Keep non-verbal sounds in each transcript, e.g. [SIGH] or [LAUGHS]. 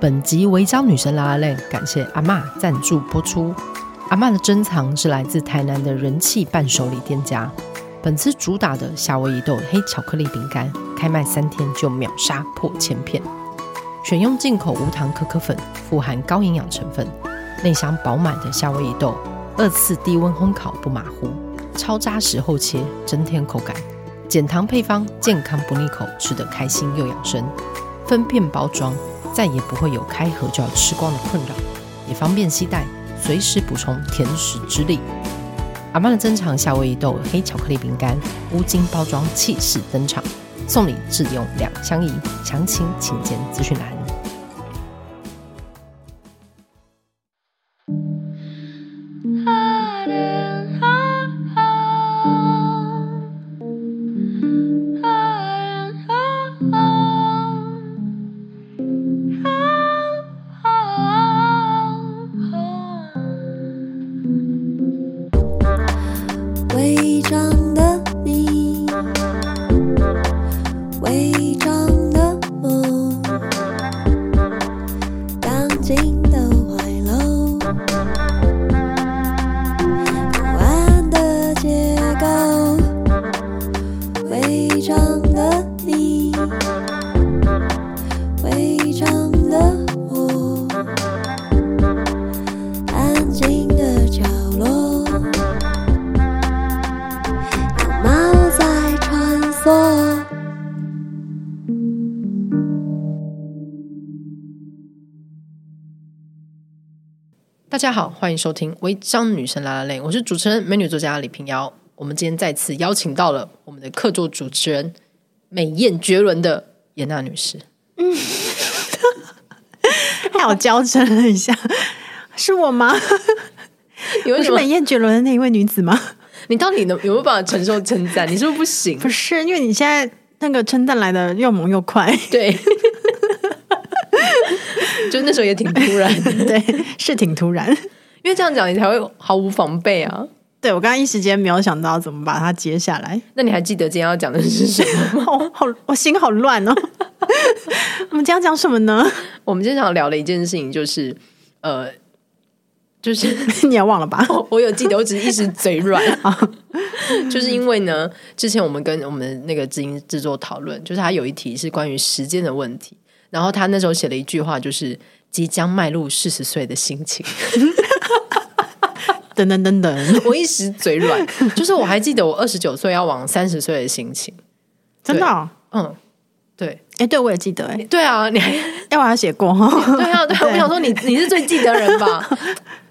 本集《违章女神拉拉链》感谢阿嬷赞助播出。阿嬷的珍藏是来自台南的人气伴手礼店家。本次主打的夏威夷豆黑巧克力饼干，开卖三天就秒杀破千片。选用进口无糖可可粉，富含高营养成分，内香饱满的夏威夷豆，二次低温烘烤不马虎，超扎实厚切，增添口感。减糖配方，健康不腻口，吃得开心又养生。分片包装，再也不会有开盒就要吃光的困扰，也方便携带，随时补充甜食之力。阿妈的珍藏夏威夷豆黑巧克力饼干，乌金包装气势登场，送礼自用两相宜，详情请见资讯栏。伪装的你，伪装的我，钢筋的怀楼，不安的结构，伪装的你，伪装的我，安静的角落。猫在穿梭。大家好，欢迎收听《违章女神拉拉链》，我是主持人美女作家李平遥。我们今天再次邀请到了我们的客座主持人美艳绝伦的严娜女士。 [LAUGHS] 害我娇嗔了一下，是我吗？你 [LAUGHS] 为我什是么美？艳绝伦的那一位女子吗？ [LAUGHS] 你到底能有没有办法承受称赞？你是不是不行？不是，因为你现在那个称赞来的又猛又快，对，就那时候也挺突然的， [LAUGHS] 对，是挺突然。因为这样讲你才会毫无防备啊。对我刚刚一时间没有想到怎么把它接下来，那你还记得今天要讲的是什么？好好，我心好乱哦。 [LAUGHS] 我们今天要讲什么呢？ [LAUGHS] [LAUGHS] 我们今天想聊的一件事情就是，呃，就是你也忘了吧？我我有记得，我只是一时嘴软， [LAUGHS] 就是因为呢，之前我们跟我们的那个知音制作讨论，就是他有一题是关于时间的问题，然后他那时候写了一句话，就是即将迈入四十岁的心情。 [LAUGHS] 等等等等，我一时嘴软，就是我还记得我二十九岁要往三十岁的心情。真的、哦？嗯，对，哎，对我也记得，哎，对啊，你还哎，我还写过哦。 [LAUGHS] 对啊，对啊，我想说你你是最记得人 [LAUGHS] 吧？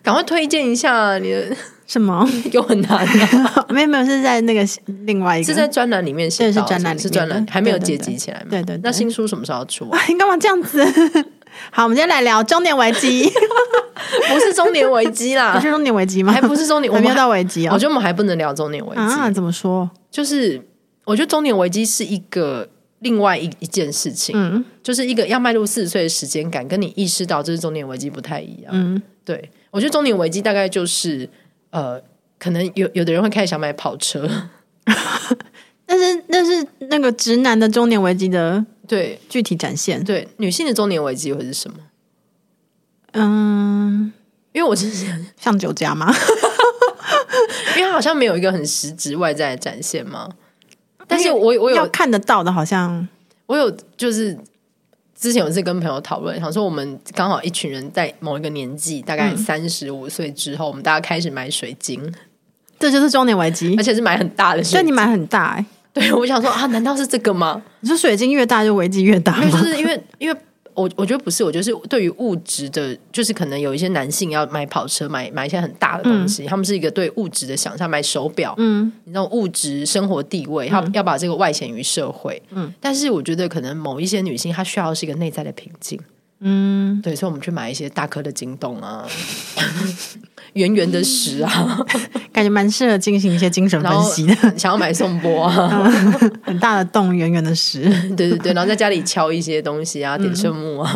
赶快推荐一下你的，什么？ [LAUGHS] 又很难啊，没有没有，是在那个另外一个是在专栏里面写对是到的，啊专栏里面是专栏，还没有对对结对集起来嘛？对对对那新书什么时候要出啊？哇，你哎干嘛这样子？ [LAUGHS] 好，我们今天来聊中年危机，不是中年危机不 [LAUGHS] 啦，是中年危机吗？还哎不是中年，[LAUGHS] 我还没们有到危机还啊、我觉得我们还不能聊中年危啊，机，怎么说？就是我觉得中年危机是一个另外一一件事情，嗯就是一个要迈入四十岁的时间感，跟你意识到这是中年危机不太一样。嗯，对我觉得中年危机大概就是呃，可能有有的人会开始想买跑车， [LAUGHS] 但是但是那个直男的中年危机的对具体展现，对，女性的中年危机会是什么？嗯，因为我之前，像酒家吗？因为它好像没有一个很实质外在的展现嘛。但是我我要有看得到的，好像我有就是之前有一次跟朋友讨论，想说我们刚好一群人在某一个年纪，大嗯概三十五岁之后，我们大家开始买水晶，这就是中年危机而。且是买很大的水所以你晶。买很大、欸，对，我想说啊，难道是这个吗？你说水晶越大就危机越大没有，就吗？是因为 [LAUGHS] 因为我我觉得不是，我就是对于物质的，就是可能有一些男性要买跑车，买买一些很大的东西，他们是一个对物质的想象，买手表，嗯，你知道物质生活地位，要、要把这个外显于社会，嗯，但是我觉得可能某一些女性她需要的是一个内在的平静，嗯，对，所以我们去买一些大颗的金洞啊， [LAUGHS] 圆圆的石啊，感觉蛮适合进行一些精神 [LAUGHS] 然分后嗯析的。想要买颂钵啊， [LAUGHS] 很大的洞，圆圆的石，对对对，然后在家里敲一些东西嗯啊，点圣木啊， [LAUGHS] [LAUGHS]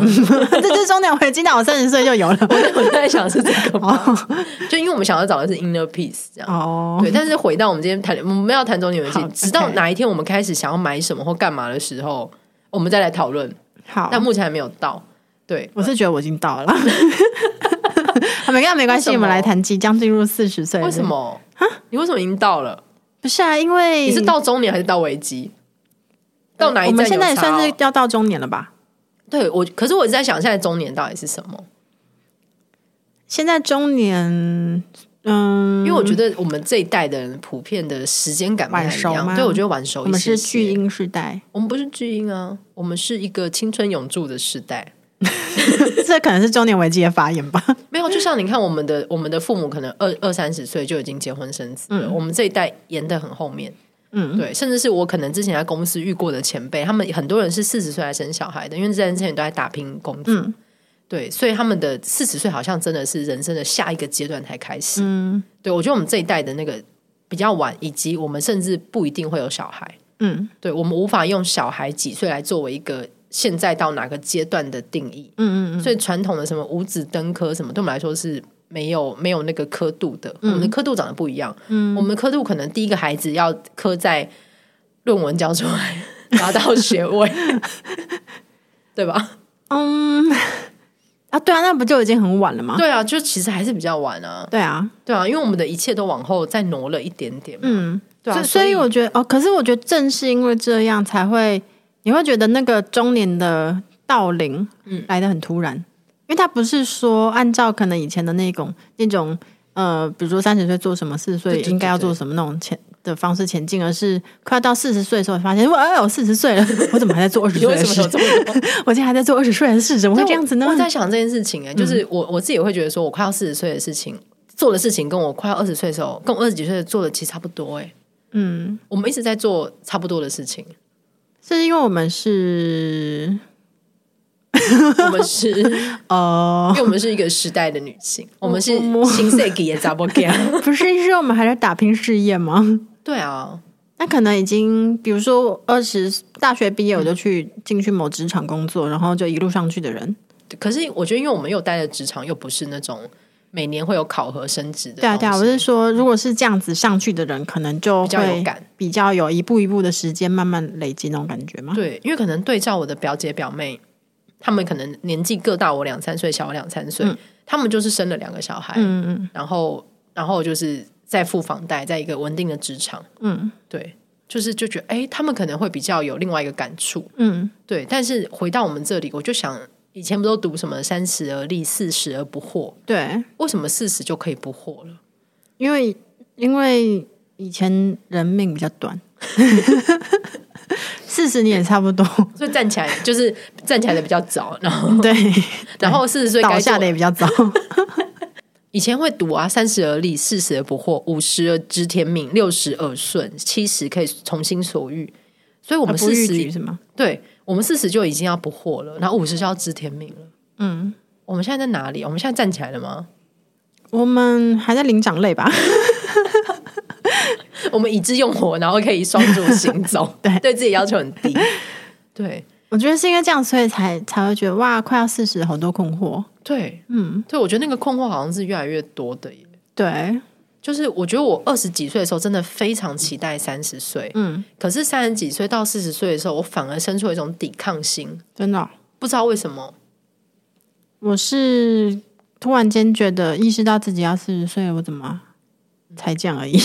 这就是中年危机。那我三十岁就有了。我在想是这个吗？哦就因为我们想要找的是 inner peace 这样。哦，对，但是回到我们今天谈，我们要谈中年危机好，直到 OK 哪一天我们开始想要买什么或干嘛的时候，我们再来讨论。好但，目前还没有到。对，我是觉得我已经到了。 [LAUGHS] 好，没跟没关系，为什么我们来谈即将进入四十岁。为什？么？你为什么已经到了？不是啊，因为你是到中年还是到危机？到哪一我站、哦们现在也算是要到中年了吧？对我，可是我一直在想，现在中年到底是什么？现在中年，嗯，因为我觉得我们这一代的人普遍的时间感不太一晚熟样，吗对我觉得晚熟我一些们些。是巨婴世代，我们不是巨婴啊，我们是一个青春永驻的时代。 [LAUGHS] 这可能是中年危机的发言吧？没有，就像你看，我们的我们的父母可能二二三十岁就已经结婚生子了，嗯我们这一代延得很后面。嗯，对，甚至是我可能之前在公司遇过的前辈，他们很多人是四十岁才生小孩的，因为在之前都在打拼工作。嗯对，所以他们的四十岁好像真的是人生的下一个阶段才开始。嗯对我觉得我们这一代的那个比较晚，以及我们甚至不一定会有小孩。嗯对我们无法用小孩几岁来作为一个现在到哪个阶段的定义，嗯嗯，所以传统的什么五子登科什么，对我们来说是没有没有那个刻度的。我们的刻度长得不一样，嗯，我们的刻度可能第一个孩子要刻在论文交出 [LAUGHS] 来，拿到学 [LAUGHS] 位，对吧？嗯 [LAUGHS] 啊，对啊，那不就已经很晚了吗？对啊，就其实还是比较晚啊，对啊，对啊，因为我们的一切都往后再挪了一点点嘛，嗯，对啊，所所以我觉得哦，可是我觉得正是因为这样，才会你会觉得那个中年的到临，嗯来的很突然，因为他不是说按照可能以前的那种那种呃，比如说三十岁做什么，四十对岁对对应该要做什么那种前的方式前进，而是快要到四十岁的时候，发现哇，哎我四十岁了， [LAUGHS] 我怎么还在做二十你岁为的什么事有？这么多？我竟然还在做二十岁的事，怎么会这样子呢嗯我？我在想这件事情哎、就是我我自己也会觉得说，我快要四十岁的事情做的事情，跟我快要二十岁的时候，跟我二十几岁做的其实差不多哎、嗯，我们一直在做差不多的事情，是因为我们是我们 [LAUGHS] 是，因呃，为我们是一个时代的女性，我们是我摸新世纪的查甫囝。不是是我们还在打拼事业吗？对啊，那可能已经，比如说二十大学毕业，我就去进去某职场工作，然后就一路上去的人，可是我觉得，因为我们又待在职场，又不是那种每年会有考核升职的对啊，对啊，东我西是说，如果是这样子上去的人，可能就比较有会感比较有一步一步的时间慢慢累积那种感觉嘛。对，因为可能对照我的表姐表妹，她们可能年纪各大我两三岁，小我两三岁，嗯她们就是生了两个小孩，嗯然后然后就是在付房贷，在一个稳定的职场，嗯对，就是就觉得哎、诶他们可能会比较有另外一个感触，嗯对。但是回到我们这里，我就想，以前不都读什么三十而立，四十而不惑，嗯，对，为什么四十就可以不惑了？因为因为以前人命比较短，四十年也差不多，所以站起来就是站起来的比较 [LAUGHS] 早，然后对，然后四十岁该倒做下的也比较早。以前会读啊，三十而立，四十而不惑，五十而知天命，六十而顺，七十可以从心所欲。所以我我们啊不四逾矩十，是吗？对我们四十就已经要不惑了，然后五十就要知天命了。嗯，我们现在在哪里？我们现在站起来了吗？ [LAUGHS] 我们还在灵长类吧？我们以智用火，然后可以双足行走， [LAUGHS] 对对自己要求很 [LAUGHS] 低。对我觉得是因为这样，所以才才会觉得哇，快要四十，好多困惑。对嗯，对，我觉得那个困惑好像是越来越多的耶。对，就是我觉得我二十几岁的时候，真的非常期待三十岁，嗯，可是三十几岁到四十岁的时候，我反而生出一种抵抗心。真的哦、不知道为什么，我是突然间觉得意识到自己要四十岁，我怎么才这样而已？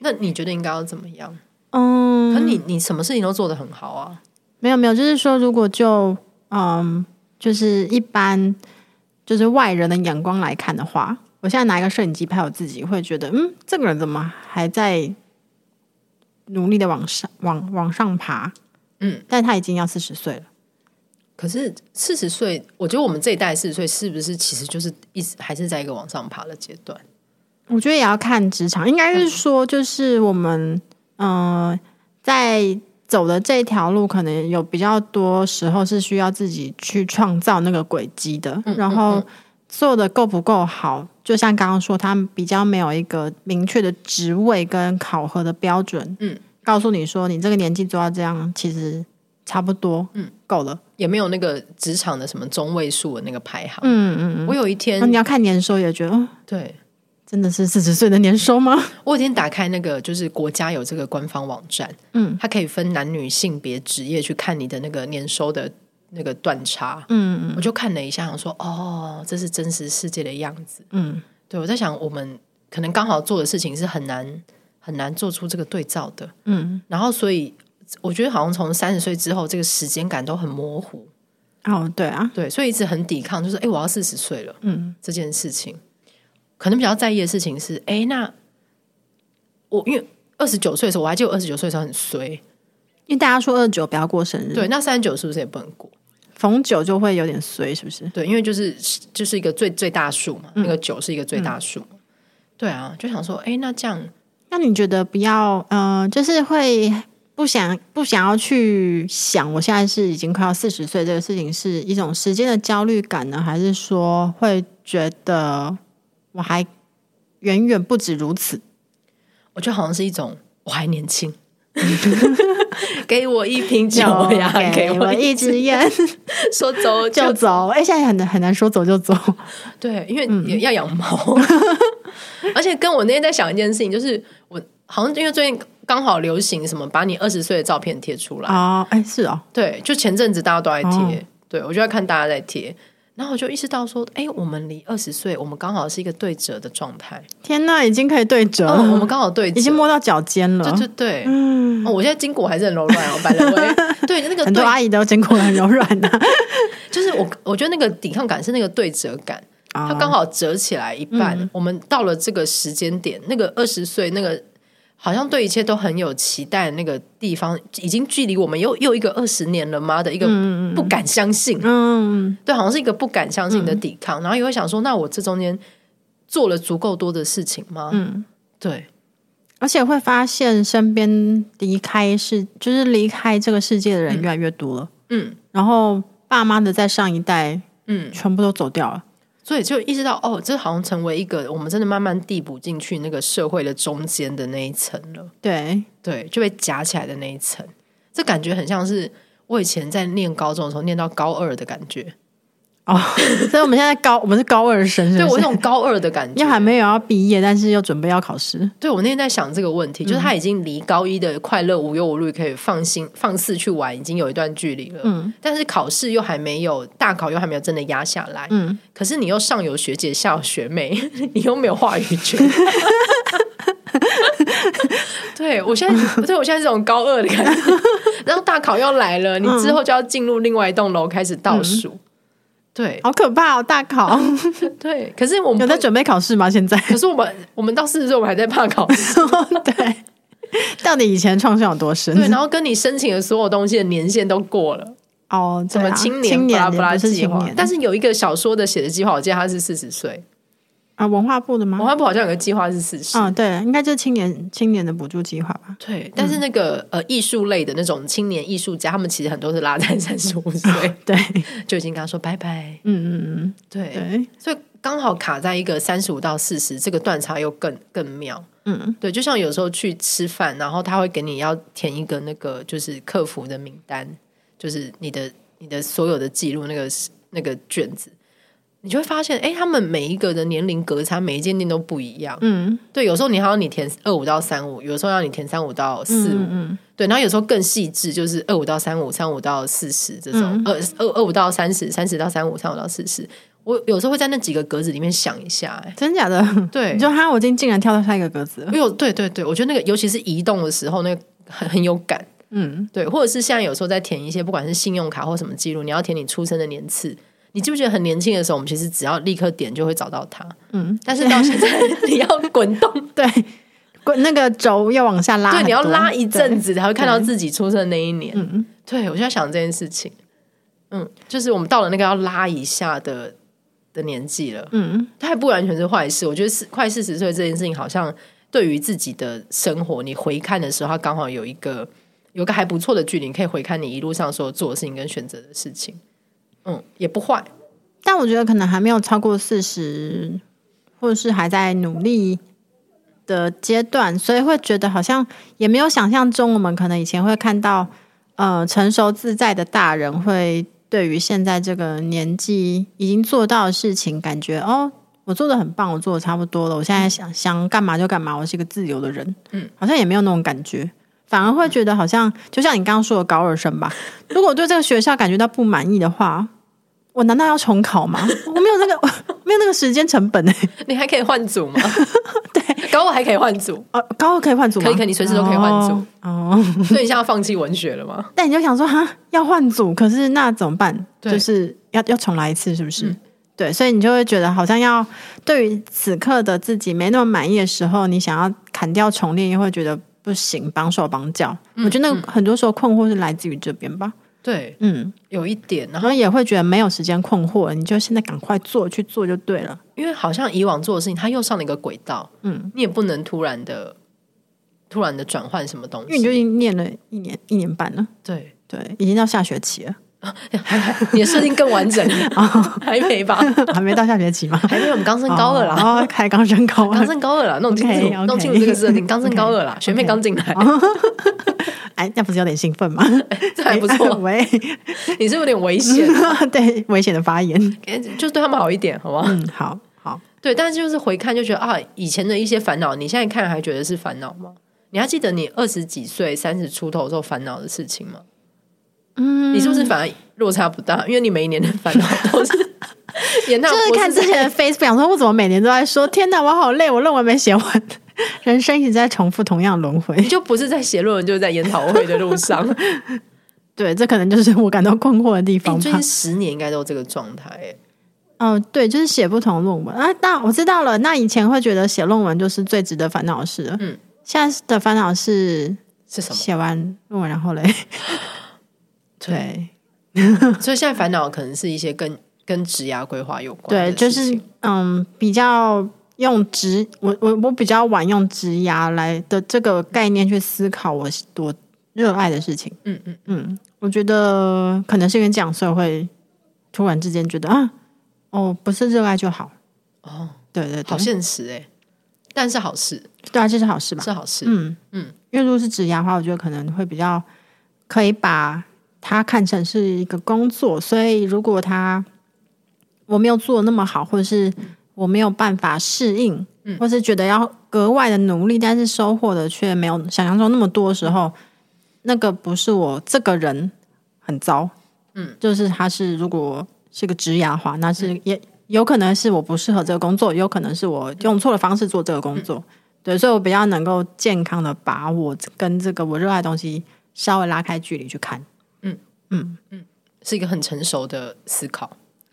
那你觉得应该要怎么样？ [LAUGHS] 嗯，可你你什么事情都做得很好啊，没有没有，就是说，如果就嗯，就是一般就是外人的眼光来看的话，我现在拿一个摄影机拍我自己，会觉得嗯，这个人怎么还在努力的往上往往上爬？嗯，但他已经要四十岁了。可是四十岁，我觉得我们这一代四十岁是不是其实就是一直还是在一个往上爬的阶段？我觉得也要看职场，应该是说，就是我们嗯、呃在走的这条路，可能有比较多时候是需要自己去创造那个轨迹的，然后做的够不够好，就像刚刚说，他们比较没有一个明确的职位跟考核的标准，嗯，告诉你说你这个年纪做到这样，其实差不多，嗯，够了，也没有那个职场的什么中位数的那个排行。嗯嗯嗯，我有一那天你，要看年收也觉得，哦，对真的是四十岁的年收吗？ [LAUGHS] 我有一天打开那个就是国家有这个官方网站，嗯，它可以分男女性别、职业去看你的那个年收的那个断差，嗯我就看了一下，想说哦，这是真实世界的样子。嗯对我在想，我们可能刚好做的事情是很难很难做出这个对照的。嗯，然后，所以我觉得好像从三十岁之后，这个时间感都很模糊。哦，对啊，对，所以一直很抵抗，就是哎，诶我要四十岁了嗯这件事情。可能比较在意的事情是，哎，那我因为二十九岁的时候，我还记得二十九岁的时候很衰。因为大家说二九不要过生日，对，，那三十九是不是也不能过？逢九就会有点衰，是不是？对，因为就是就是一个最最大数嗯嘛，那个九是一个最大数。对啊，就想说，哎，那这样那你觉得不要，呃，就是会不想不想要去想，我现在是已经快要四十岁这个事情，是一种时间的焦虑感呢，还是说会觉得我还远远不止如此？我觉得好像是一种我还年轻， [LAUGHS] 给我一瓶酒呀，给给我一支烟说走就就走。走，哎、现在很难很难说走 [LAUGHS] 就走，对，因为嗯也要养猫， [LAUGHS] 而且跟我那天在想一件事情，就是我好像因为最近刚好流行什么把你二十岁的照片贴出来，哦，哎、是哦，对，就前阵子大家都在贴，哦对我就在看大家在贴。然后我就意识到说，哎，我们离二十岁，我们刚好是一个对折的状态。天呐，已经可以对折了，嗯，我们刚好对折，啊已经摸到脚尖了，嗯对对对，哦，我现在筋骨还是很柔软哦，百来威。对，那 [LAUGHS] 个很多对阿姨都筋骨很柔软 [LAUGHS] 的、就是我，我觉得那个抵抗感是那个对折感，哦它刚好折起来一半。我们到了这个时间点，那个二十岁，那个好像对一切都很有期待，那个地方已经距离我们又又一个二十年了吗的一个不敢相信，嗯，对，好像是一个不敢相信的抵抗。然后也会想说，那我这中间做了足够多的事情吗？嗯，对，而且会发现身边离开世，就是离开这个世界的人越来越多了，嗯然后爸妈的在上一代嗯，全部都走掉了，所以就意识到，哦，这好像成为一个我们真的慢慢递补进去那个社会的中间的那一层了。对，对，就被夹起来的那一层，这感觉很像是我以前在念高中的时候念到高二的感觉，哦，所以我们现在高，我们是高二生是对不我是，那种高二的感又觉。还没有 [LAUGHS] 要毕业，但是又准备要考试，对我那天在想这个问题，就是他嗯已经离高一的快乐无忧无虑，可以放心放肆去玩，已经有一段距离了。嗯但是考试又还没有，大考又还没有真的压下来。嗯，可是你又上有学姐，下有学妹， [LAUGHS] 你又没有话语权。 [LAUGHS] 对我现在，对我现在这种高二的感觉， [LAUGHS] 然后大考要来了，你之后嗯就要进入另外一栋楼开始倒数。对好可怕哦，大考对，可是我 [LAUGHS] 有们在准备考试吗？现 [LAUGHS] 在可是我们我们到四十岁，我们还在怕考试。 [LAUGHS] 对，到底以前创伤有多深？对，然后跟你申请的所有东西的年限都过了，哦，什对么啊青青巴年拉巴拉不是计青划年，，但是有一个小说的写的计划，我记得他是四十岁，啊，文化部的吗文？化部好像有个计划是四十、嗯，对，应该就是青年青年的补助计划吧。对，但是那个、呃艺术类的那种青年艺术家，他们其实很多是拉在三十五岁对， [LAUGHS] 就已经跟他说拜拜。嗯嗯嗯，对，嗯对，所以刚好卡在一个三十五到四十这个断差又更更妙。嗯，对，就像有时候去吃饭，然后他会给你要填一个那个就是客服的名单，就是你的你的所有的记录那个那个卷子，你就会发现，哎，他们每一个的年龄隔差，每一间店都不一样。嗯对，有时候你还要你填二五到三五，有时候要你填三五到四五、嗯嗯，对，然后有时候更细致，就是二五到三五，三五到四十这种，二二二五到三十，三十到三五，三五到四十。我有时候会在那几个格子里面想一下、哎，真假的？对你，说哈，我今天竟然跳到下一个格子了因。为我对对对，我觉得那个尤其是移动的时候，那个很很有感。嗯，对，或者是现在有时候在填一些，不管是信用卡或什么记录，你要填你出生的年次。你记不记得很年轻的时候，我们其实只要立刻点就会找到它。嗯，但是到现在 [LAUGHS] 你要滚动，对，滚那个轴要往下拉很对，多，你要拉一阵对。子才会看到自己出生的那一年。对，我就在想这件事情。嗯，就是我们到了那个要拉一下的的年纪了，嗯，它还不完全是坏事。我觉得是快四十岁这件事情，好像对于自己的生活，你回看的时候，它刚好有一个有一个还不错的距离，你可以回看你一路上所有做的事情跟选择的事情。嗯，也不坏。 [LAUGHS] 但我觉得可能还没有超过四十，或者是还在努力的阶段，所以会觉得好像也没有想象中，我们可能以前会看到，呃，成熟自在的大人会对于现在这个年纪已经做到的事情，感觉哦，我做的很棒，我做的差不多了，我现在想想干嘛就干嘛，我是一个自由的人，嗯，好像也没有那种感觉。反而会觉得好像就像你刚刚说的高二生吧，如果我对这个学校感觉到不满意的话，我难道要重考 [LAUGHS] 吗？我没有那个没有那个时间成本哎、你还可以换 [LAUGHS] 组吗？对，高我还可以换组，哦，高二可以换组吗？可以可以你随时都可以换组哦。 [LAUGHS] 哦所以你现在要放弃文学了吗？但你就想说哈，要换组，可是那怎么办？对嗯就是要要重来一次，是不是？对，所以你就会觉得好像要对于此刻的自己没那么满意的时候，你想要砍掉重练，又会觉得不行，绑手绑脚。嗯我觉得那个很多时候困惑是来自于这边吧，对，嗯，有一点，然然后后也会觉得没有时间困惑，你就现在赶快做去做就对了。因为好像以往做的事情，它又上了一个轨道，嗯，你也不能突然的、突然的转换什么东因为你就西，已经念了一年一年半了，对，对，已经到下学期了， [LAUGHS] [LAUGHS] 你的设定更完整哦还没吧？还没到下学期吗？还没有，我们刚升高二啦，哦，哦还刚升高二，刚升高二啦，弄清楚 OK，OK 哦弄清楚这个设定，刚升高 [LAUGHS] 二啦，学妹刚进来，哎，那不是有点兴奋吗？这还不错， [LAUGHS] 喂，你是有点危险，对，危险的发言。就对他们好一点，好吗？嗯，好好，对，但是就是回看就觉得啊，以前的一些烦恼，你现在看还觉得是烦恼吗？你还记得你二十几岁、三十出头的时候烦恼的事情吗？嗯，你是不是反而落差不大？因为你每一年的烦恼 [LAUGHS] 都是也那就不是看之前的 Facebook，想说我怎么每年都在说，天哪，我好累，我论文没写完， [LAUGHS] 人生一直在重复同样的轮回你。就不是在写论文，就是在研讨会的 [LAUGHS] 路上。哎对，这可能就是我感到困惑的地方你最吧近。十年应该都这个状态、哎嗯、对，就是写不同的论文啊。那我知道了，那以前会觉得写论文就是最值得烦恼的事了。嗯嗯，现在的烦恼是是什么？写完论文然后嘞， [LAUGHS] 对所以现在烦恼可能是一些跟跟职涯规划有关的对，就事情是嗯，比较用职，我我我比较晚用职涯来的这个概念去思考我多热爱的事情。嗯嗯，嗯，我觉得可能是因为这样，所以会突然之间觉得啊，哦，不是热爱就好。哦，对对对，好现实哎、但是好事对啊，这是好事吧？是好事，嗯嗯嗯，因为如果是职涯的话，我觉得可能会比较可以把它看成是一个工作，所以如果他我没有做得那么好，或者是我没有办法适应，嗯或是觉得要格外的努力，但是收获的却没有想象中那么多的时嗯候，那个不是我这个人很糟，嗯，就是他是如果是个职涯的话，那是也。有可能是我不适合这个工作，也有可能是我用错了方式做这个工作，对，所以我比较能够健康的把我跟这个我热爱的东西稍微拉开距离去看，是一个很成熟的思考。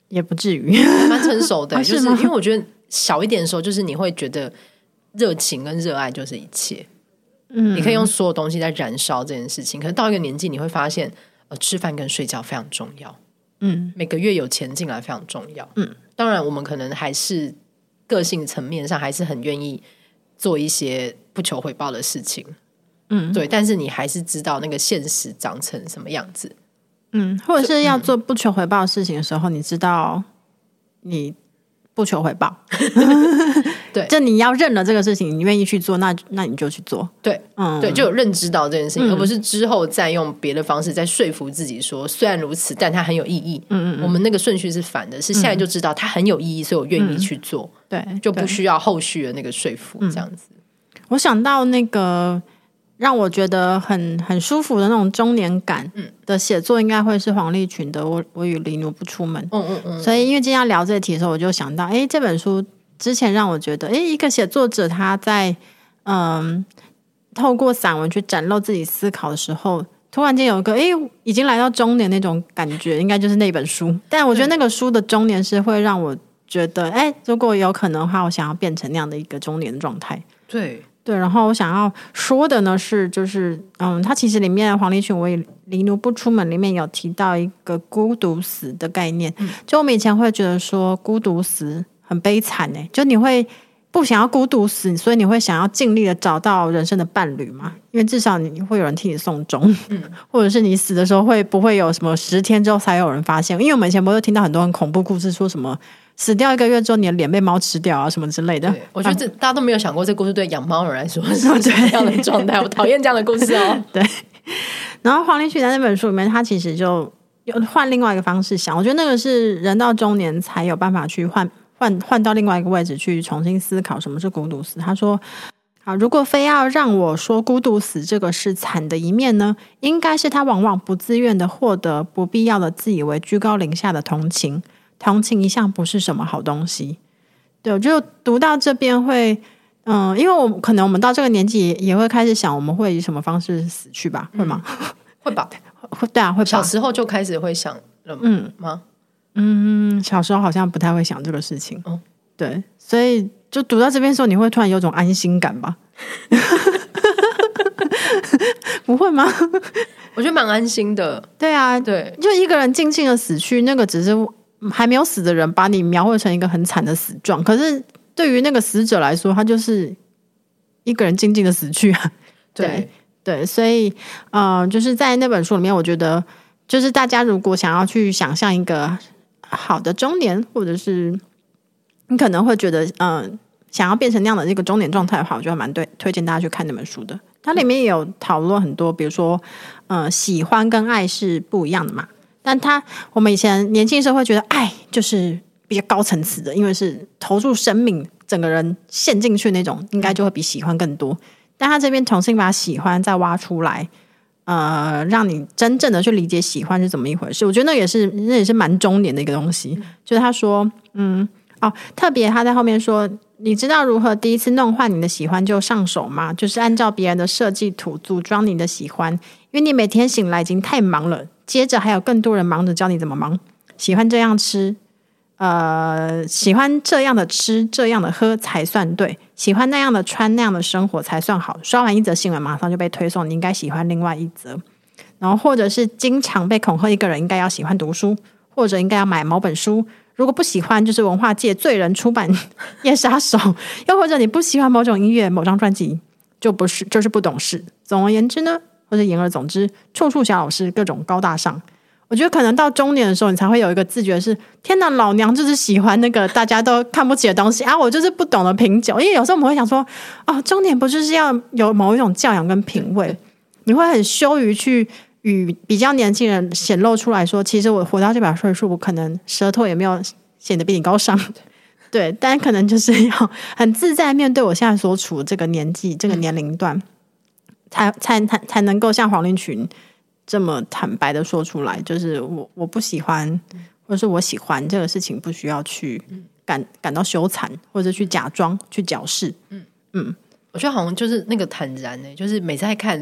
也不至 [LAUGHS] 于。蛮成熟的、啊就是是吗因为我觉得小一点的时候，就是你会觉得热情跟热爱就是一切，嗯你可以用所有东西在燃烧这件事情。可是到一个年纪，你会发现，呃，吃饭跟睡觉非常重要，嗯每个月有钱进来非常重要。嗯，当然我们可能还是个性层面上还是很愿意做一些不求回报的事情，嗯对，但是你还是知道那个现实长成什么样子。嗯，或者是要做不求回报的事情的时候，你知道你不求回报， [LAUGHS] 对就你要认了这个事情，你愿意去做，那那你就去做。对，嗯，对，就有认知到这件事情，而不是之后再用别的方式再说服自己说，虽然如此，但它很有意义。嗯嗯嗯我们那个顺序是反的，是现在就知道它很有意义，所以我愿意去做，对，就不对需要后续的那个说服，这样子。我想到那个让我觉得很很舒服的那种中年感嗯的写作，应该会是黄立群的《我我与黎奴不出门》。嗯嗯嗯，所以因为今天要聊这题的时候，我就想到，诶，这本书之前让我觉得，诶，一个写作者他在嗯透过散文去展露自己思考的时候，突然间有一个诶，已经来到中年那种感觉，应该就是那本书。但我觉得那个书的中年是会让我觉得，诶，如果有可能的话，我想要变成那样的一个中年状态。对，对，然后我想要说的呢是，就是嗯，它其实里面黄立群我也离奴不出门里面有提到一个孤独死的概念，就我们以前会觉得说孤独死很悲惨哎、就你会不想要孤独死，所以你会想要尽力的找到人生的伴侣嘛，因为至少你会有人替你送终， [LAUGHS] 或者是你死的时候会不会有什么十天之后才有人发现？因为我们以前不是听到很多很恐怖故事，说什么死掉一个月之后你的脸被猫吃掉啊什么之类的对，，我觉得这大家都没有想过，这故事对养猫人来 [LAUGHS] 说是什么样的状态。我讨厌这样的故事哦。然后黄立群在那本书里面，他其实就有换另外一个方式想，我觉得那个是人到中年才有办法去换换换到另外一个位置去重新思考什么是孤独死。他说，啊，如果非要让我说孤独死这个是惨的一面呢，应该是他往往不自愿的获得不必要的自以为居高临下的同情，同情一向不是什么好东西。对，我就读到这边会，嗯、因为我可能我们到这个年纪也也会开始想，我们会以什么方式死去吧？会吗？ [LAUGHS] 会吧？会，对啊，会吧。小时候就开始会想了嗯吗？嗯，小时候好像不太会想这个事情。哦对，所以就读到这边的时候，你会突然有种安心感吧？ [LAUGHS] 不会吗？ [LAUGHS] 我觉得蛮安心的。对啊，对，就一个人静静的死去，那个只是还没有死的人把你描绘成一个很惨的死状，可是对于那个死者来说，他就是一个人静静的死去啊。对，对，所以呃，就是在那本书里面，我觉得就是大家如果想要去想象一个好的中年，或者是你可能会觉得嗯、呃想要变成那样的一个中年状态的话，我觉得蛮对推荐大家去看那本书的。它里面也有讨论很多，比如说呃，喜欢跟爱是不一样的嘛。但他我们以前年轻时候会觉得爱就是比较高层次的，因为是投入生命，整个人陷进去那种，应该就会比喜欢更多。但他这边重新把喜欢再挖出来，呃，让你真正的去理解喜欢是怎么一回事。我觉得那也是那也是蛮中年的一个东西。就是他说，嗯，哦，特别他在后面说，你知道如何第一次弄坏你的喜欢就上手吗？就是按照别人的设计图组装你的喜欢，因为你每天醒来已经太忙了，接着还有更多人忙着教你怎么忙。喜欢这样吃，呃，喜欢这样的吃、这样的喝才算对，喜欢那样的穿、那样的生活才算好。刷完一则新闻，马上就被推送，你应该喜欢另外一则。然后或者是经常被恐吓一个人应该要喜欢读书，或者应该要买某本书。如果不喜欢，就是文化界罪人出版 [LAUGHS] 《夜杀手》，又或者你不喜欢某种音乐、某张专辑，就不是就是不懂事。总而言之呢，或者言而总之，处处小老师，各种高大上。我觉得可能到中年的时候，你才会有一个自觉是：天哪，老娘就是喜欢那个大家都看不起的东西啊！我就是不懂得品酒，因为有时候我们会想说，哦，中年不就是要有某一种教养跟品味？你会很羞于去与比较年轻人显露出来说，其实我活到这把岁数，我可能舌头也没有显得比你高尚。对，但可能就是要很自在面对我现在所处的这个年纪、这个年龄段，才才才才能够像黄令群这么坦白的说出来，就是我我不喜欢，或者是我喜欢这个事情，不需要去嗯感感到羞惭，或者去假装去矫饰。我觉得好像就是那个坦然呢、就是每次在看，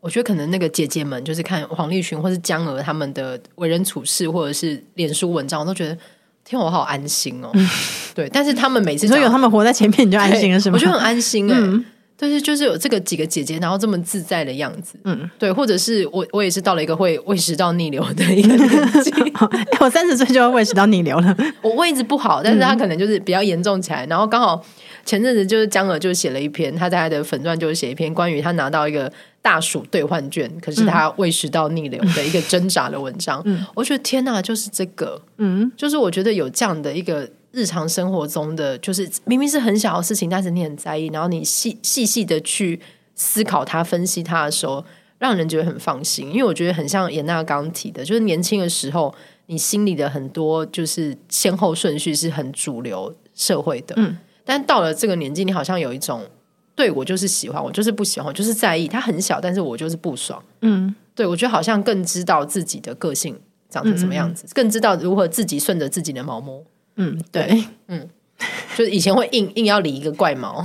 我觉得可能那个姐姐们就是看黄立群或是江娥他们的为人处事，或者是脸书文章，我都觉得天啊，我好安心哦。 [LAUGHS] 对，但是他们每嗯次你说讲有他们活在前面，你就安对心了，是吗？嗯我觉 [LAUGHS] 得很安心哎、但是就是有这个几个姐姐，然后这么自在的样子，嗯，对，或者是我我也是到了一个会胃食道逆流的一个年 [LAUGHS] 纪，哎我三十岁就要胃食道逆流 [LAUGHS] 了。我位置不好，但是他可能就是比较严重起来。然后刚好前阵子就是江娥就写了一篇，他在他的粉钻就写一篇关于他拿到一个大暑兑换券，可是他胃食道逆流的一个挣扎的文章。我觉得天哪，就是这个，嗯，就是我觉得有这样的一个日常生活中的，就是明明是很小的事情，但是你很在意，然后你细细细的去思考它、分析它的时候，让人觉得很放心。因为我觉得很像严娜刚刚提的，就是年轻的时候，你心里的很多就是先后顺序是很主流社会的，嗯，但到了这个年纪，你好像有一种对我就是喜欢，我就是不喜欢，我就是在意。它很小，但是我就是不爽。嗯，对我觉得好像更知道自己的个性长成什么样子，更知道如何自己顺着自己的毛摸。嗯，对，就是以前会硬硬要理一个怪毛，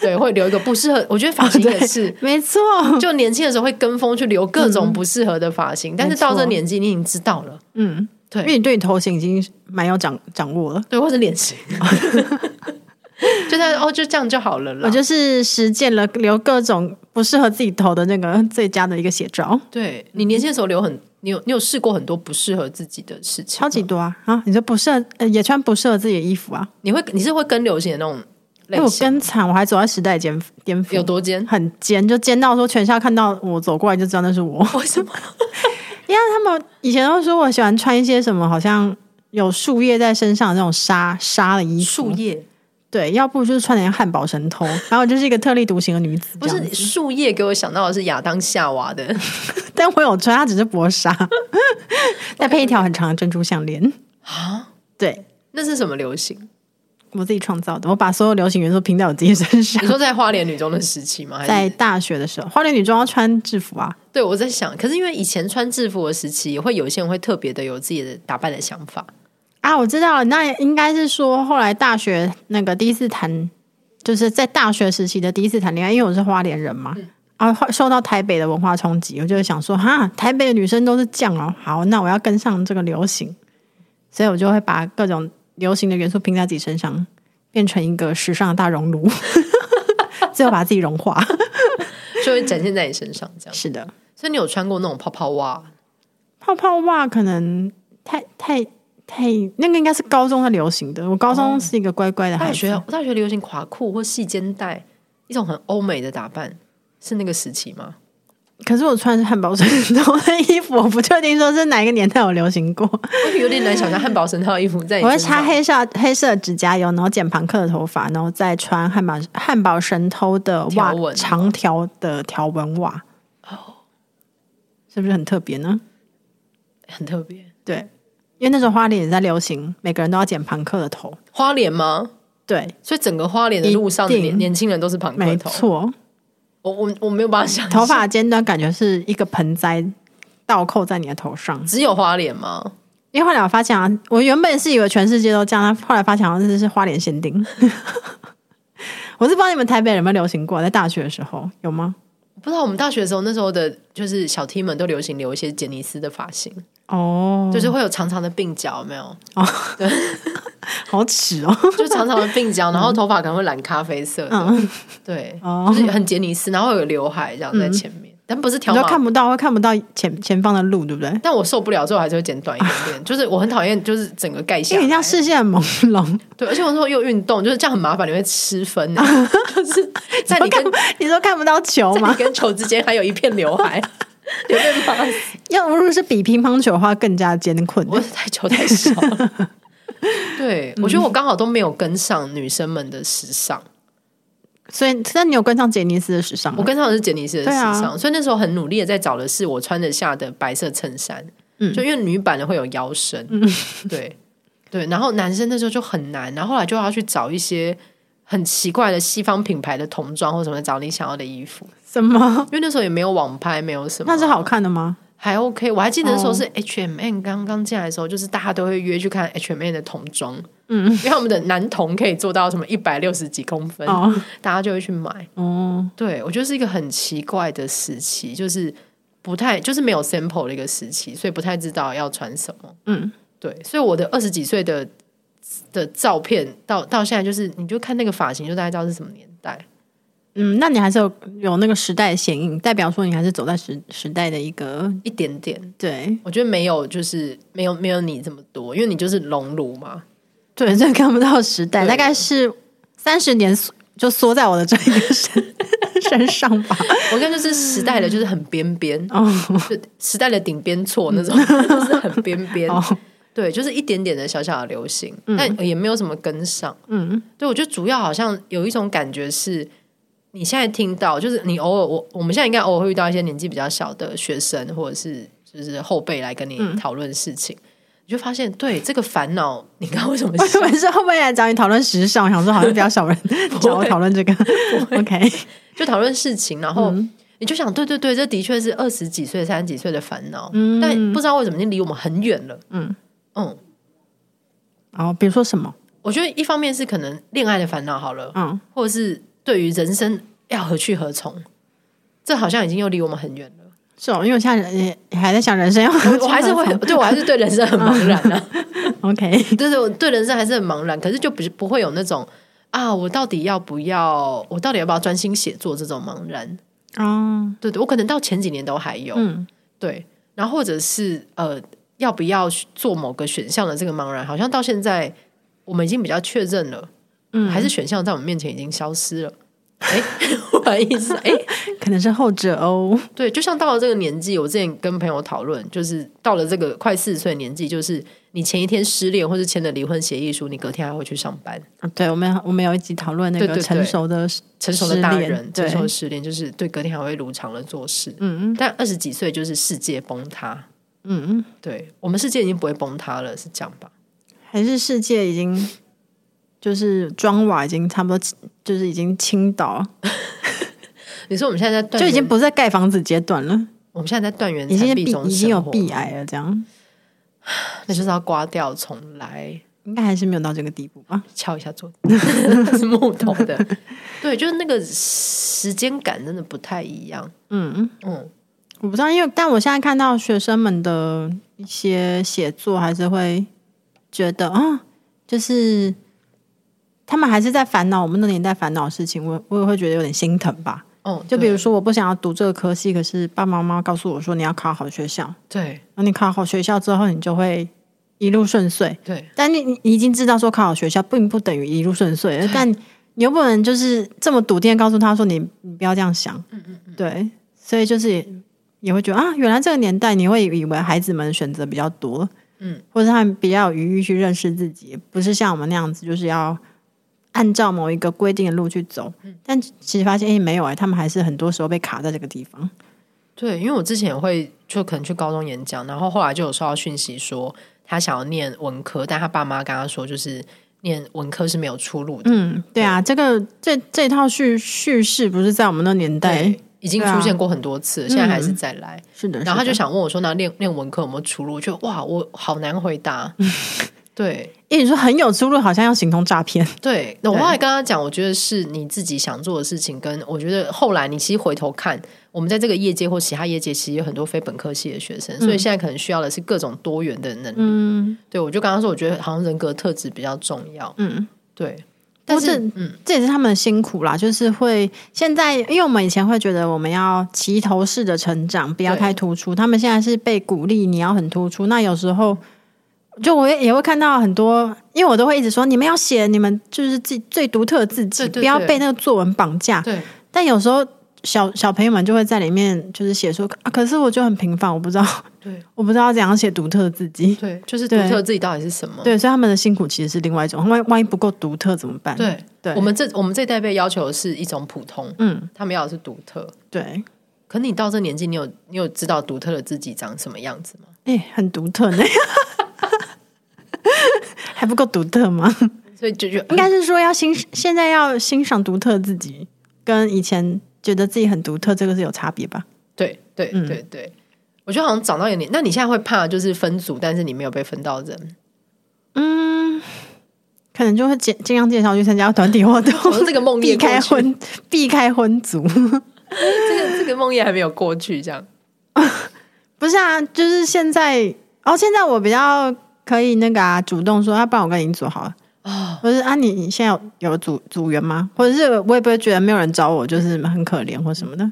对，会留一个不适合。我觉得发型也是，没错，就年轻的时候会跟风去留各种不适合的发型，但是到这年纪你已经知道了，嗯，对因为你对你头型已经蛮有掌掌握了。对，或者脸型， [LAUGHS] 就他哦，就这样就好了啦。我就是实践了留各种不适合自己头的那个 [LAUGHS] 最佳的一个写照，对你年轻的时候留很，你有你有试过很多不适合自己的事情吗，超级多啊！嗯啊，你说不适合，呃，也穿不适合自己的衣服啊？你会你是会跟流行的那种因为类哎我型，跟惨，我还走在时代尖巅峰，有 [LAUGHS] 多尖？很尖，就尖到说全校看到我走过来就知道那是我。为什么？因为他们以前都说我喜欢穿一些什么，好像有树叶在身上的那种纱纱的衣服， [LAUGHS] 树叶对，要不就是穿点汉堡 [LAUGHS] 神偷，然后我就是一个特立独行的女子，不是，树叶，给我想到的是亚当夏娃的。 [LAUGHS] 但我有穿，它只是薄 [LAUGHS] 纱， [LAUGHS] 再配一条很长的珍珠项链啊，对，那是什么流行？我自己创造的，我把所有流行元素拼在我自己身上你。说在花莲女中的时期吗？还是在大学的时候，花莲女装要穿制服啊，对我在想，可是因为以前穿制服的时期，也会有一些人会特别的有自己的打扮的想法。啊，我知道了，那应该是说后来大学那个第一次谈，就是在大学时期的第一次谈恋爱，因为我是花莲人嘛，嗯啊，后受到台北的文化冲击，我就想说，哈，台北的女生都是这样哦，好，那我要跟上这个流行，所以我就会把各种流行的元素拼在自己身上，变成一个时尚的大熔炉， [LAUGHS] 最后把自己融化。就会展现在你身上这样。是的，所以你有穿过那种泡泡袜？泡泡袜可能太太太，那个应该是高中的流行的，我高中是一个乖乖的孩哦大子。学大学流行垮裤或细肩带，一种很欧美的打扮，是那个时期吗？可是我穿汉堡神偷的衣服，我不确定说是哪一个年代有流行过。我有点难想象汉堡神偷的衣服在你我会身上擦黑色黑色指甲油，然后剪庞克的头发，然后再穿汉堡汉堡神偷的袜条纹吗长条的条纹袜。哦，是不是很特别呢？很特别。对，因为那时候花莲也在流行，每个人都要剪庞克的头。花莲吗？对，所以整个花莲的路上的一定年年轻人都是庞克没头。错，我我我没有办法想象，头发尖端感觉是一个盆栽倒扣在你的头上。只有花莲吗？因为后来我发现啊，我原本是以为全世界都这样，后来发现好像是是花莲限定。 [LAUGHS] 我是不知道你们台北有没有流行过，在大学的时候有吗？不知道我们大学的时候，那时候的就是小 T 们都流行留一些杰尼斯的发型，哦，就是会有长长的鬓角，有没有？好耻哦，就长长的鬓角，然后头发可能会染咖啡色的，嗯，对，哦就，是很杰尼斯，然后有刘海这样在前面，但不是你条都码看不到，会看不到前前方的路，对不对？但我受不了之后还是会剪短一点点，就是我很讨厌就是整个盖下因为来，你这样视线很朦胧，对，而且我说又运动，就是这样很麻烦，你会吃分欸， [LAUGHS] 就是在都你看跟不你说看不到球在你吗？跟球之间还有一片刘 [LAUGHS] 海，你会被骂死。要如果是比乒乓球的话，更加艰困。我太球太少了。 [LAUGHS] 对，我觉得我刚好都没有跟上女生们的时尚，所以，那你有跟上杰尼斯的时尚吗？我跟上的是杰尼斯的时尚，对啊所以那时候很努力的在找的是我穿得下的白色衬衫，嗯就因为女版的会有腰身， [LAUGHS] 对对，然后男生那时候就很难，然后后来就要去找一些很奇怪的西方品牌的童装或什么找你想要的衣服，什么？因为那时候也没有网拍，没有什么，那是好哦看的吗？还 OK，我还记得那时候是 H&M 刚刚进来的时候，就是大家都会约去看 H&M 的童装，嗯，因为他们的男童可以做到什么一百六十几公分，哦大家就会去买。哦，对我觉得是一个很奇怪的时期，就是不太就是没有 sample 的一个时期，所以不太知道要穿什么。嗯，对，所以我的二十几岁的的照片到到现在，就是你就看那个发型，就大概知道是什么年代。嗯，那你还是有有那个时代的显影，代表说你还是走在时时代的一个一点点，对 [LAUGHS] 我觉得没有，就是没有没有你这么多，因为你就是熔炉嘛，对，这看不到时代，对大概是三十年缩就缩在我的这一个身身上 [LAUGHS] 吧。我看就是时代的，就是很边边，哦就时代的顶边错那种， [LAUGHS] 就是很边边。嗯哦，对，就是一点点的小小的流行，但也没有什么跟上。嗯，对，我觉得主要好像有一种感觉是，你现在听到，就是你偶尔我我们现在应该偶尔会遇到一些年纪比较小的学生，或者是就是后辈来跟你嗯讨论事情，你就发现对这个烦恼，你刚刚为什么我笑以 [LAUGHS] 为是后面来找你讨论时尚，我想说好像比较少人找我讨论这 [LAUGHS] 个。OK， [LAUGHS] 就讨论事情，然后嗯你就想，对对对，这的确是二十几岁、三十几岁的烦恼，嗯但不知道为什么已经离我们很远了。嗯嗯，哦，比如说什么？我觉得一方面是可能恋爱的烦恼好了，嗯，或者是对于人生要何去何从，这好像已经又离我们很远了。是哦，因为我现在人也也还在想人生要我我还 [LAUGHS] 是嗯会，对我还是对人生很茫然啊， OK，对对，我对人生还是很茫然，可是就不不会有那种。啊，我到底要不要？我到底要不要专心写作？这种茫然，哦，对对，我可能到前几年都还有，嗯，对，然后或者是呃，要不要去做某个选项的这个茫然，好像到现在我们已经比较确认了，嗯还是选项在我们面前已经消失了。 [LAUGHS] 哎，不好意思，哎，可能是后者哦。对，就像到了这个年纪，我之前跟朋友讨论，就是到了这个快四十岁的年纪，就是你前一天失恋或是签了离婚协议书，你隔天还会去上班。哦对，我们我们有一集讨论那对个对对成熟的成熟的大失恋人，成对熟的失恋，就是对隔天还会如常的做事。嗯但二十几岁就是世界崩塌，嗯，对我们世界已经不会崩塌了，是这样吧？还是世界已经就是砖瓦已经差不多，就是已经倾倒，你说我们现在在断就已垣经不是在盖房子阶段了，我们现在在断垣已经残是壁壁中已经有生活壁癌了，这样那就是要刮掉重来，应该还是没有到这个地步吧？敲一下桌子， [LAUGHS] 是 [LAUGHS] 木头的。对，就是那个时间感真的不太一样。嗯，嗯，我不知道，因为但我现在看到学生们的一些写作，还是会觉得啊、就是他们还是在烦恼我们那年代烦恼的事情，我我也会觉得有点心疼吧。哦，就比对如说，我不想要读这个科系，可是爸爸妈妈告诉我说你要考好学校，对然后你考好学校之后，你就会一路顺遂。对但你你你已经知道说考好学校并不等于一路顺遂了，但你又不能就是这么笃定地告诉他说你你不要这样想，嗯嗯对，所以就是也也会觉得啊，原来这个年代你会以为孩子们选择比较多，嗯，或者他们比较有余裕去认识自己，不是像我们那样子就是要按照某一个规定的路去走，但其实发现哎、诶没有哎、他们还是很多时候被卡在这个地方，对，因为我之前也会就可能去高中演讲，然后后来就有收到讯息说他想要念文科，但他爸妈跟他说就是念文科是没有出路的。嗯，对啊，这个这这套叙叙事不是在我们那年代。对，已经对啊出现过很多次，现在还是再来。是的，然后他是的就想问我说：“那练练文科有没有出路？”就哇，我好难回 [LAUGHS] 答。对因为你说很有出路，好像要形同诈骗。对，那我对后来跟他讲，我觉得是你自己想做的事情，跟我觉得后来你其实回头看，我们在这个业界或其他业界，其实有很多非本科系的学生，所以现在可能需要的是各种多元的能力。嗯对，我就跟他说，我觉得好像人格特质比较重要。嗯，对，但 [LAUGHS] 但是是嗯，这也是他们的辛苦啦，就是会现在，因为我们以前会觉得我们要齐头式的成长，不要对太突出。他们现在是被鼓励你要很突出。那有时候就我也也会看到很多，因为我都会一直说你们要写你们就是自己最独特的自己，对对不要对被那个作文绑架。对但有时候小小朋友们就会在里面就是写说啊，可是我就很平凡，我不知道，对 [LAUGHS] 我不知道怎样写独特的自己。对，就是独对特自己到底是什么？对，所以他们的辛苦其实是另外一种，万万一不够独特怎么办？对，对，我们这我们这一代被要求的是一种普通，嗯他们要的是独特。对，可你到这年纪，你有你有知道独特的自己长什么样子吗？哎、很独特呢， [LAUGHS] 还不够独特 [LAUGHS] 吗？所以就啊觉得应该是说要欣现在要欣赏独特自己，跟以前觉得自己很独特这个是有差别吧？对对嗯对对，我觉得好像长到有点。那你现在会怕就是分组，但是你没有被分到 [LAUGHS] 人。嗯，可能就会尽尽量介绍去参加团体活 [LAUGHS] 我说动，这个梦避魇开过去，婚避开婚族。这 [LAUGHS] 个这个梦魇还没有过去，这样不是啊，就是现在哦，现在我比较可以那个啊，主动说，要、不然我跟你组好了。哦，或是啊，你你现在有有组组员吗？或者是我也不会觉得没有人找我，就是很可怜或什么的。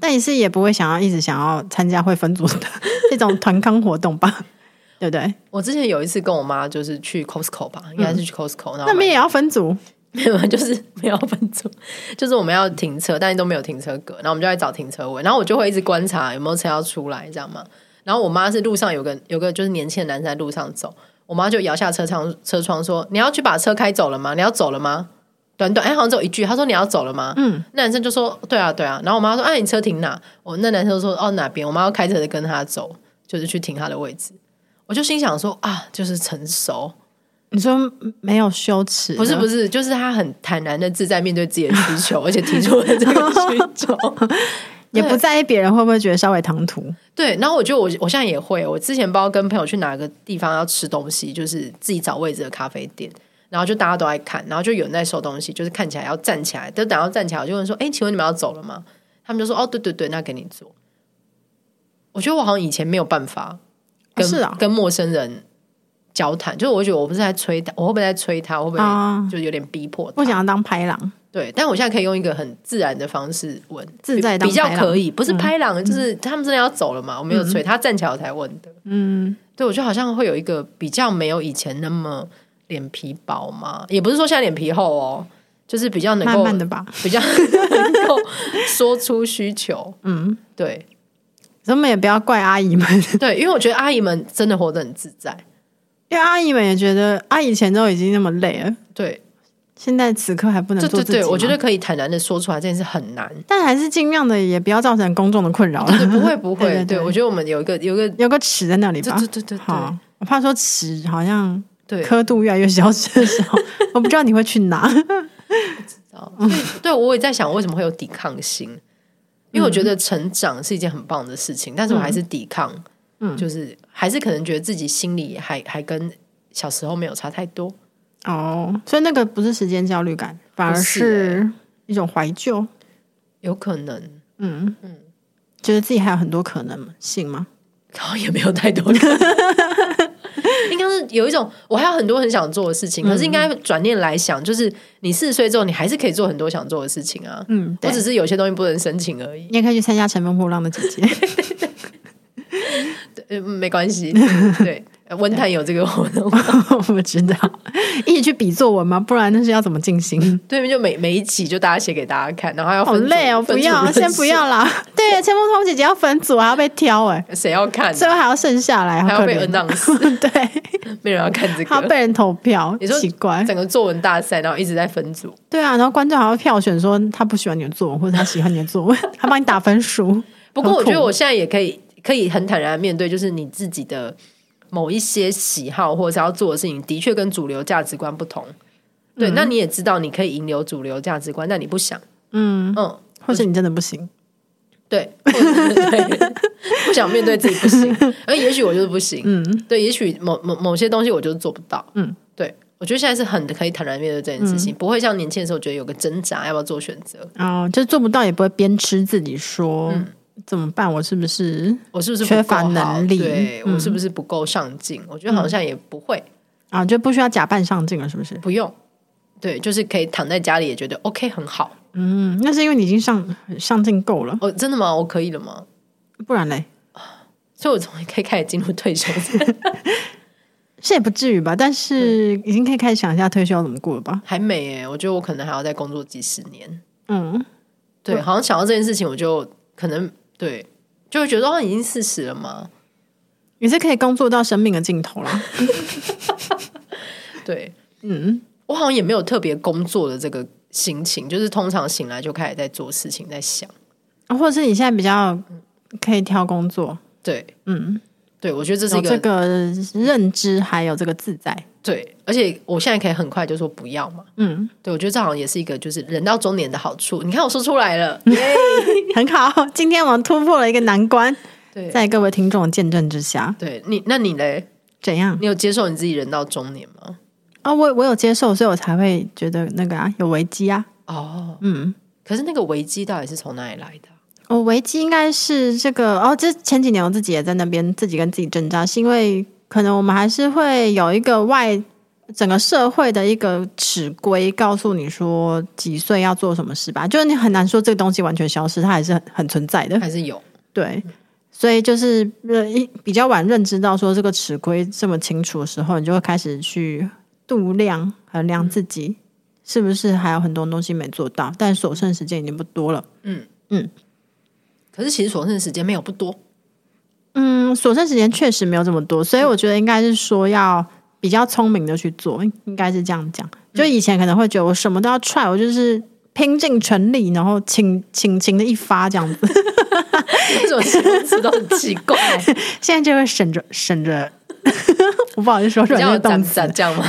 但也是也不会想要一直想要参加会分组的 [LAUGHS] 这种团康活动吧， [LAUGHS] 对不对？我之前有一次跟我妈就是去 Costco 吧，应该是去 Costco，、然后那边买也要分组，没有，就是没有分组，就是我们要停车，但是都没有停车格，然后我们就在找停车位，然后我就会一直观察有没有车要出来，这样嘛。然后我妈是路上有个有个就是年轻的男生在路上走，我妈就摇下车窗车窗说：“你要去把车开走了吗？你要走了吗？”短短哎，好像只有一句，她说：“你要走了吗？”嗯，那男生就说：“对啊，对啊。”然后我妈说：“哎、你车停哪？”我那男生就说：“哦，哪边？”我妈要开车跟他走，就是去停他的位置。我就心想说：“啊，就是成熟。”你说没有羞耻？不是不，是，就是他很坦然的自在面对自己的需求，而且提出了这 [LAUGHS] 个需求。也不在意别人会不会觉得稍微唐突。对，然后我觉得我我现在也会，哦我之前不知道跟朋友去哪个地方要吃东西，就是自己找位置的咖啡店，然后就大家都爱看，然后就有人在收东西，就是看起来要站起来，都等到站起来，我就问说：“哎，请问你们要走了吗？”他们就说：“哦，对对对，那给你做。”我觉得我好像以前没有办法跟、哦是啊跟陌生人交谈，就是我觉得我不是在催他，我会不会在催他，我会不啊会就有点逼迫他？我想要当拍郎，对，但我现在可以用一个很自然的方式问，自在当比较拍郎嗯可以，不是拍狼，就是他们真的要走了嘛，我没有催，他站起来我才问的。嗯，对，我觉得好像会有一个比较没有以前那么脸皮薄嘛，也不是说现在脸皮厚哦，就是比较能慢够慢的吧，比较 [LAUGHS] 能够说出需求。嗯， [LAUGHS] 对所以我们也不要怪阿姨 [LAUGHS] 们，对，因为我觉得阿姨们真的活得很自在。因为阿姨们也觉得啊，以前都已经那么累了，对现在此刻还不能对做对自己对，我吗觉得可以坦然的说出来这件事很难。但还是尽量的，也不要造成公众的困扰啊 [LAUGHS] 对，了。不会不会，对对对啊我觉得我们有一个有一个，有个尺在那里对吧对？对对对好，我怕说尺好像对，刻度越来越消失的时候，我不知道你会去 [LAUGHS] 哪。哦所以对我也在想，为什么会有抵抗心？嗯因为我觉得成长是一件很棒的事情，但是我还是抵抗，嗯就是还是可能觉得自己心里还还跟小时候没有差太多。哦，所以那个不是时间焦虑感，反而不是欸是一种怀旧。有可能，嗯嗯，觉得自己还有很多可能性吗？然后也没有太多可能。 [LAUGHS] 应该是有一种，我还有很多很想做的事情，可是应该嗯转念来想，就是你四十岁之后，你还是可以做很多想做的事情啊。嗯，我对只是有些东西不能申请而已，你也可以去参加《乘风破浪的姐姐》，呃，嗯没 [LAUGHS] 关系。对，呃文坛有这个活动，我不知道， [LAUGHS] 一起去比作文吗？不然那是要怎么进行？对面就每每一集就大家写给大家看，然后还要好嗯分组累哦，不要，先不，要啦。对，乘风破浪姐姐要分组，还要被挑哎、 [LAUGHS] 分组认识谁要看最啊？后还要剩下来，好还要可被怜啊 [LAUGHS] announce 对，没人要看这还要个。被人投票你说，奇怪。 [LAUGHS] 整个作文大赛，然后一直在分组，对啊，然后观众还要票选说他不喜欢你的作文，或者他喜欢你的作 [LAUGHS] 文，他帮你打分数。不过我很觉酷得我现在也可以可以很坦然地面对，就是你自己的某一些喜好或者是要做的事情，的确跟主流价值观不同。对，那你也知道你可以引流主流价值观，但你不想，嗯，嗯，或者你真的不行。对，或者是对， [LAUGHS] 不想面对自己不行，而也许我就是不行，嗯，对，也许某某某些东西我就是做不到，嗯，对。我觉得现在是很可以坦然面对这件事情，不会像年轻的时候觉得有个挣扎，要不要做选择？哦，就做不到，也不会鞭笞自己说、嗯怎么办，我是不是？我是不是不缺够乏好能力对我嗯是不是不够上进？我觉得好像也不会，啊，就不需要假扮上进了，是不是？不用。对，就是可以躺在家里也觉得 OK 很好。嗯，那是因为你已经上上进够了，哦，真的吗？我可以了吗？不然嘞，所以我终于可以开始进入退休。 [LAUGHS] 是也不至于吧？但是已经可以开始想一下退休要怎么过了吧？还没耶、我觉得我可能还要再工作几十年。嗯，对，好像想到这件事情，我就可能对，就会觉得哦，已经四十了嘛。也是可以工作到生命的尽头 [LAUGHS] 啦。对嗯，我好像也没有特别工作的这个心情，就是通常醒来就开始在做事情，在想。啊或者是你现在比较可以挑工作，对，嗯，对，我觉得这是有一这个认知，还有这个自在，对，而且我现在可以很快就说不要嘛。嗯，对，我觉得这好像也是一个就是人到中年的好处。你看我说出来了，嗯很好。今天我们突破了一个难关，对在各位听众的见证之下，对你，那你嘞？怎样？你有接受你自己人到中年吗？啊、我我有接受，所以我才会觉得那个啊有危机啊，哦，嗯，可是那个危机到底是从哪里来的啊？我哦危机应该是这个哦，这前几年我自己也在那边自己跟自己挣扎，是因为可能我们还是会有一个外整个社会的一个尺规，告诉你说几岁要做什么事吧，就是你很难说这个东西完全消失，它还是很很存在的，还是有？对。所以就是呃一比较晚认知到说这个尺规这么清楚的时候，你就会开始去度量衡量自己是不是还有很多东西没做到，但所剩时间已经不多了。可是其实所剩时间没有不多，嗯，所剩时间确实没有这么多，所嗯以我觉得应该是说要比较聪明的去做，应该是这样讲。嗯就以前可能会觉得我什么都要 try，我就是拼尽全力，然后请请请的一发这样子。 [LAUGHS] 为什么形容词都很奇怪？现在就会省着省着， [LAUGHS] 我不好意思说出比来较那有个动攒词攒。这样吗？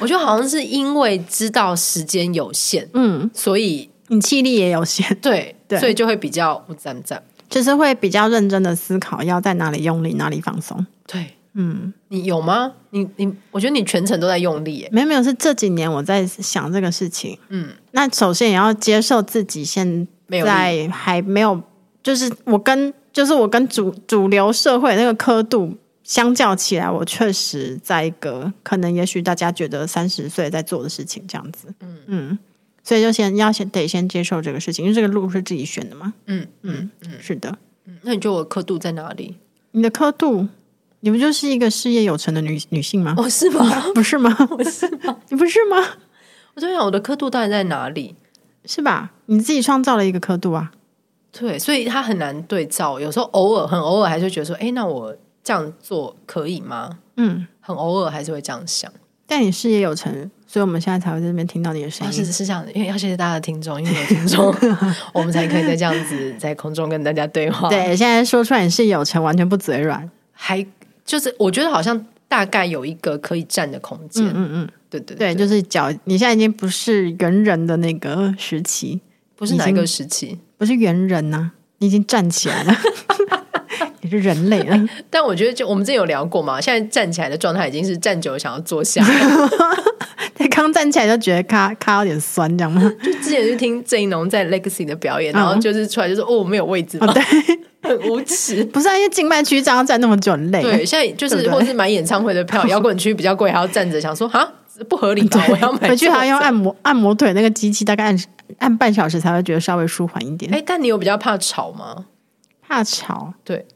我觉得好像是因为知道时间有限，嗯，所以你气力也有限， [LAUGHS] 对，对所以就会比较不攒攒。就是会比较认真的思考要在哪里用力，哪里放松。对嗯，你有吗？你你，我觉得你全程都在用力耶。没有没有，是这几年我在想这个事情。嗯，那首先也要接受自己现没有力在还没有，就是我跟就是我跟主主流社会那个刻度相较起来，我确实在一个可能也许大家觉得三十岁在做的事情这样子。嗯所以就先要先得先接受这个事情，因为这个路是自己选的嘛。嗯嗯嗯，是的。嗯那你觉得我的刻度在 [LAUGHS] 哪里？你的刻度，你不就是一个事业有成的女女性吗？哦，是吗？不是吗？我是吗？ [LAUGHS] 你不是吗？ [LAUGHS] 我在想我的刻度到底在哪里？是吧？你自己创造了一个刻度啊。对，所以它很难对照。有时候偶尔很偶尔，还是会觉得说，哎，那我这样做可以吗？嗯，很偶尔还是会这样想。但你事业有成，所以我们现在才会在这边听到你的声但音。哦是是这样的，因为要谢谢大家的听众，因为有 [LAUGHS] 听众，我们才可以在这样子在空中跟大家对话。，对，现在说出来你事业有成，完全不嘴软。还就是我觉得好像大概有一个可以站的空间。嗯嗯嗯，对对对，就是脚，你现在已经不是猿人的那个时期，不是哪一个时期。不是猿人呐、你已经站起来了， [LAUGHS] 你是人类了。 [LAUGHS] 但我觉得，就我们之前有聊过嘛，现在站起来的状态已经是站久了想要坐下了。 [LAUGHS] 对，刚站起来就觉得咖咖有点酸，这样吗？ [LAUGHS] 之前就听郑一农在 Legacy 的表演，嗯然后就是出来就说：“哦，我没有位置哦，嘛，对，很无耻。不是、啊、因为静脉曲张要站那么久很”累。对，现在 [LAUGHS] 对就是不对或是买演唱会的 [LAUGHS] 票，摇滚区比较贵，还要站着，想说哈不合理吧？我要买回去还要用坐着按摩按摩腿那个机器，大概按按半小时才会觉得稍微舒缓一点。哎，但你有比较怕吵吗？怕吵，对，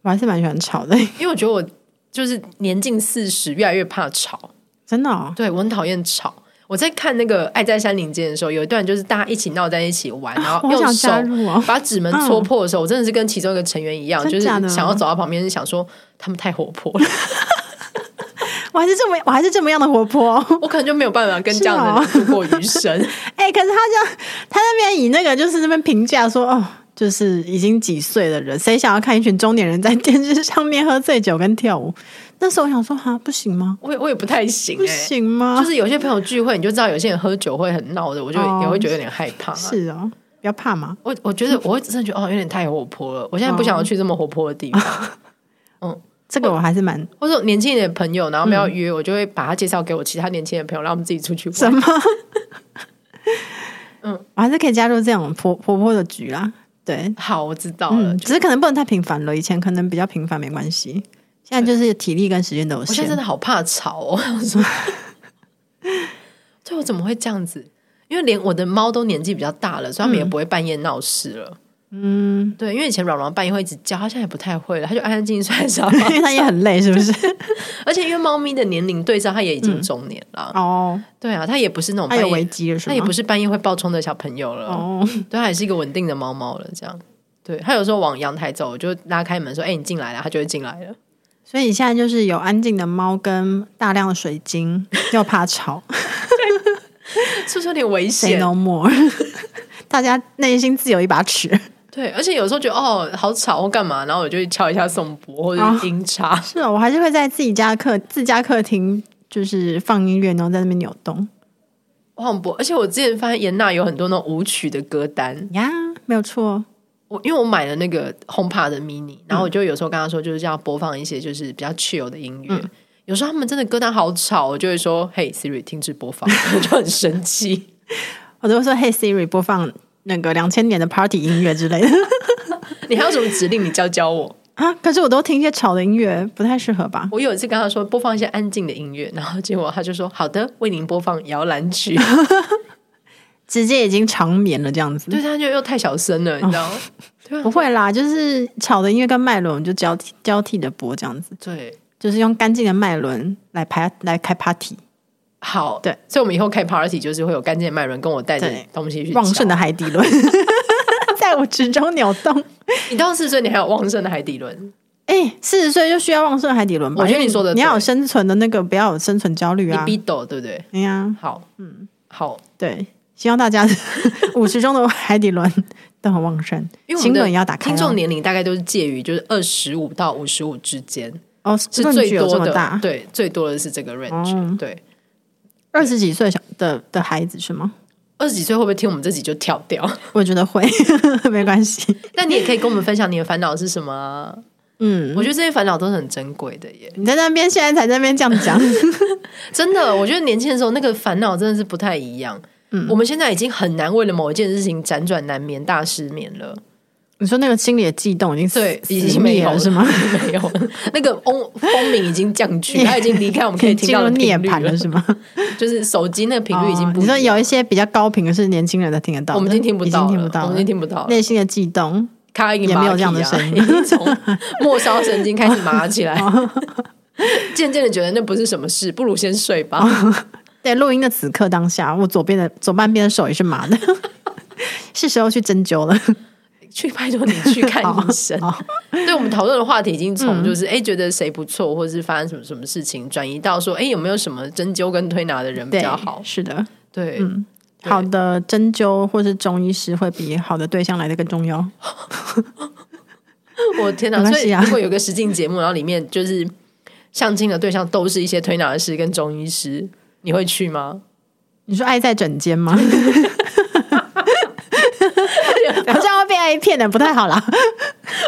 我还是蛮喜欢吵的，因为我觉得我就是年近四十，越来越怕吵。真的、哦。对我很讨厌吵。我在看那个《爱在山林间》的时候，有一段就是大家一起闹在一起玩，然后啊我好用想手加入哦嗯把纸门戳破的时候，我真的是跟其中一个成员一样，真就是假的啊想要走到旁边，想说他们太活泼 [LAUGHS] 了，我还是这么我还是这么样的活泼、哦我可能就没有办法跟是这样的哦人度过 [LAUGHS] 余生。哎、可是他这样，他那边以那个就是那边评价说，哦，就是已经几岁的人，谁想要看一群中年人在 [LAUGHS] 电视上面喝醉酒跟跳舞？那时候我想说，哈，不行吗？我也我也不太行、不欸，行吗？就是有些朋友聚会，你就知道有些人喝酒会很闹的，我就哦也会觉得有点害怕、是哦，不要怕嘛。我我觉得我会真的觉得哦，有点太活泼了。我现在不哦想要去这么活泼的地方。这个我还是蛮或者年轻一点的朋友，然后我们要约，我就会把他介绍给我其他年轻的朋友，让我们自己出去嗯玩。什么，嗯，我还是可以加入这种婆婆婆的局啦。对，好，我知道了。嗯，只是可能不能太频繁了，以前可能比较频繁没关系，现在就是体力跟时间都有我现在限真。的好怕吵哦，我 [LAUGHS] 想说，对我怎么会这样子？因为连我的猫都年纪比较大了，所以它们也不会半夜闹事了。嗯，对，因为以前软软半夜会一直叫，它现在也不太会了，它就安安静静睡在沙 [LAUGHS] 因发。为他也很累，是不 [LAUGHS] 是？而且因为猫咪的年龄对上，它也已经中年了。哦，对啊，它也不是那种他嗯半有危夜，机了，是它吗？也不是半夜会暴冲的小朋友了。哦，对，它也是一个稳定的猫猫了，这样。对，它有时候往阳台走，我就拉开门说：“哎、你进来了。”它就会进来了。所以你现在就是有安静的猫跟大量的水晶，又怕吵是不 [LAUGHS] 是有点危，say 险？ no more。大家内心自有一把尺，对，而且有时候觉得哦，好吵或干嘛，然后我就去敲一下颂钵或者是音叉。是哦，我还是会在自己家客自家客厅就是放音乐，然后在那边扭动我很不，而且我之前发现严娜有很多那种舞曲的歌单。呀，没有错，我因为我买了那个 HomePod 的 mini，然后我就有时候跟她说，就是要播放一些就是比较 chill 的音乐。有时候他们真的歌单好吵，我就会说：“嘿，Siri，停止播放。” [LAUGHS] 我就很生气。我都会说 Hey Siri 播放那个两千年的 party 音乐之类的 [LAUGHS] 你还有什么指令？你教教我。啊，可是我都听一些吵的音乐，不太适合吧？我有一次跟他说播放一些安静的音乐，然后结果他就说：“好的，为您播放摇篮 [LAUGHS] 曲。直接已经长眠了这样”子。对，啊他就又太小声了，你知哦道吗？对不啊，会啦，就是吵的音乐跟脉轮我们就交替交替的播这样子，对。就是用干净的脉轮来排来开 party。好，对，所以我们以后开 party 就是会有干净的麦伦跟我带着对东西去旺盛的海底 [LAUGHS] 轮在我指中扭动。嚼。你到四十岁，你还有旺盛的海底轮，哎，四十岁就需要旺盛的海底轮吧？我觉得你因为说得对你要有生存的那个，不要有生存焦虑你啊！必抖，对不对？哎呀，好，嗯，好，对，希望大 [LAUGHS] 家五十中的海底轮都很旺盛，因为我心们轮的也要打开哦。听众年龄大概都是介于就是二十五到五十五之间，哦，是论最据有多这么的大，，对，最多的是这个 range，、哦对。二十几岁小的的孩子是吗？二十几岁会不会听我们这集就跳掉？ [LAUGHS] 我觉得会， [LAUGHS] 没关系。那你也可以跟我们分享你的烦恼是什么啊、嗯，我觉得这些烦恼都是很珍贵的耶，你在那边现在才在那边这样 [LAUGHS] 讲，真的。我觉得年轻的时候那个烦恼真的是不太一样。嗯，我们现在已经很难为了某一件事情辗转难眠、大失眠了。你说那个心理的悸动已经对，死已死经没灭有了是吗？？没有，那个嗡风鸣已经降去，它已经离开我们可以听进到入的涅频率槃了是吗？就是手机那个频率已经哦不你一样了、说有一些比较高频的是年轻人才听得到的，我们已经听不到已了，经听不到了，我们已经听不到了。内心的悸动。卡已经也没有麻这样的起啊声音哦已经从末梢神经开始麻起来。渐渐的觉得那不是什么事，不如先睡吧。哦对，录音的此刻当下，我左边的左半边的手也是麻的， [LAUGHS] 是时候去针灸了。去拜托你去看医生。好 [LAUGHS] 对我们讨论的话题已经嗯从就是哎、诶觉得谁不错，或是发生什么什么事情，转移到说哎、诶有没有什么针灸跟推拿的人比对嗯较好？是的，对，对好的针灸或是中医师会比好的对象来的更重要。我天哪！没关所以系啊如果有个实境节目，然后里面就是相亲的对象都是一些推拿师跟中医师，你会去吗？ [LAUGHS] 你说爱在整间吗？好像会被爱骗的，不太好啦。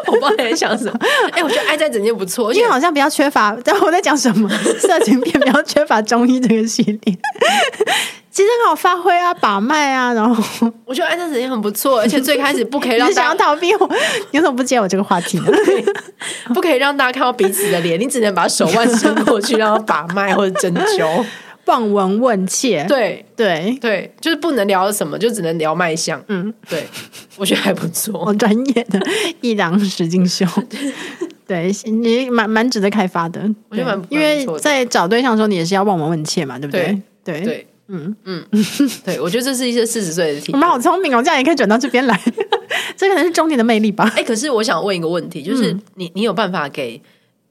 我不知道你在想什么。哎、我觉得爱在整间不错，而且因为好像比较缺乏， [LAUGHS] 但我在讲什 [LAUGHS] 么？色情片比较缺乏中医这个系列， [LAUGHS] 其实很好发挥啊，把脉啊，然后我觉得爱在整间很不错，而且最开始不可以你让是想大要家逃避我， [LAUGHS] 你为什么不接我这个话题呢？ [LAUGHS] 不可以让大家看到彼此的脸，你只能把手腕伸过去，让他把脉或者针 [LAUGHS] 灸。望闻问切，对对，对，就是不能聊什么，就只能聊脉象。嗯，对，我觉得还不错。我专业的 [LAUGHS] 一郎十进 [LAUGHS] 修。对你蛮蛮值得开发的，我觉得蛮对因为蛮不错的在找对象的时候，你也是要望闻问切嘛，对不对？对，对，嗯嗯，对，我觉得这是一些四十岁的题我。们好聪明哦，这样也可以转到这边来， [LAUGHS] 这可能是中年的魅力吧。哎、可是我想问一个问题，就是嗯你你有办法给？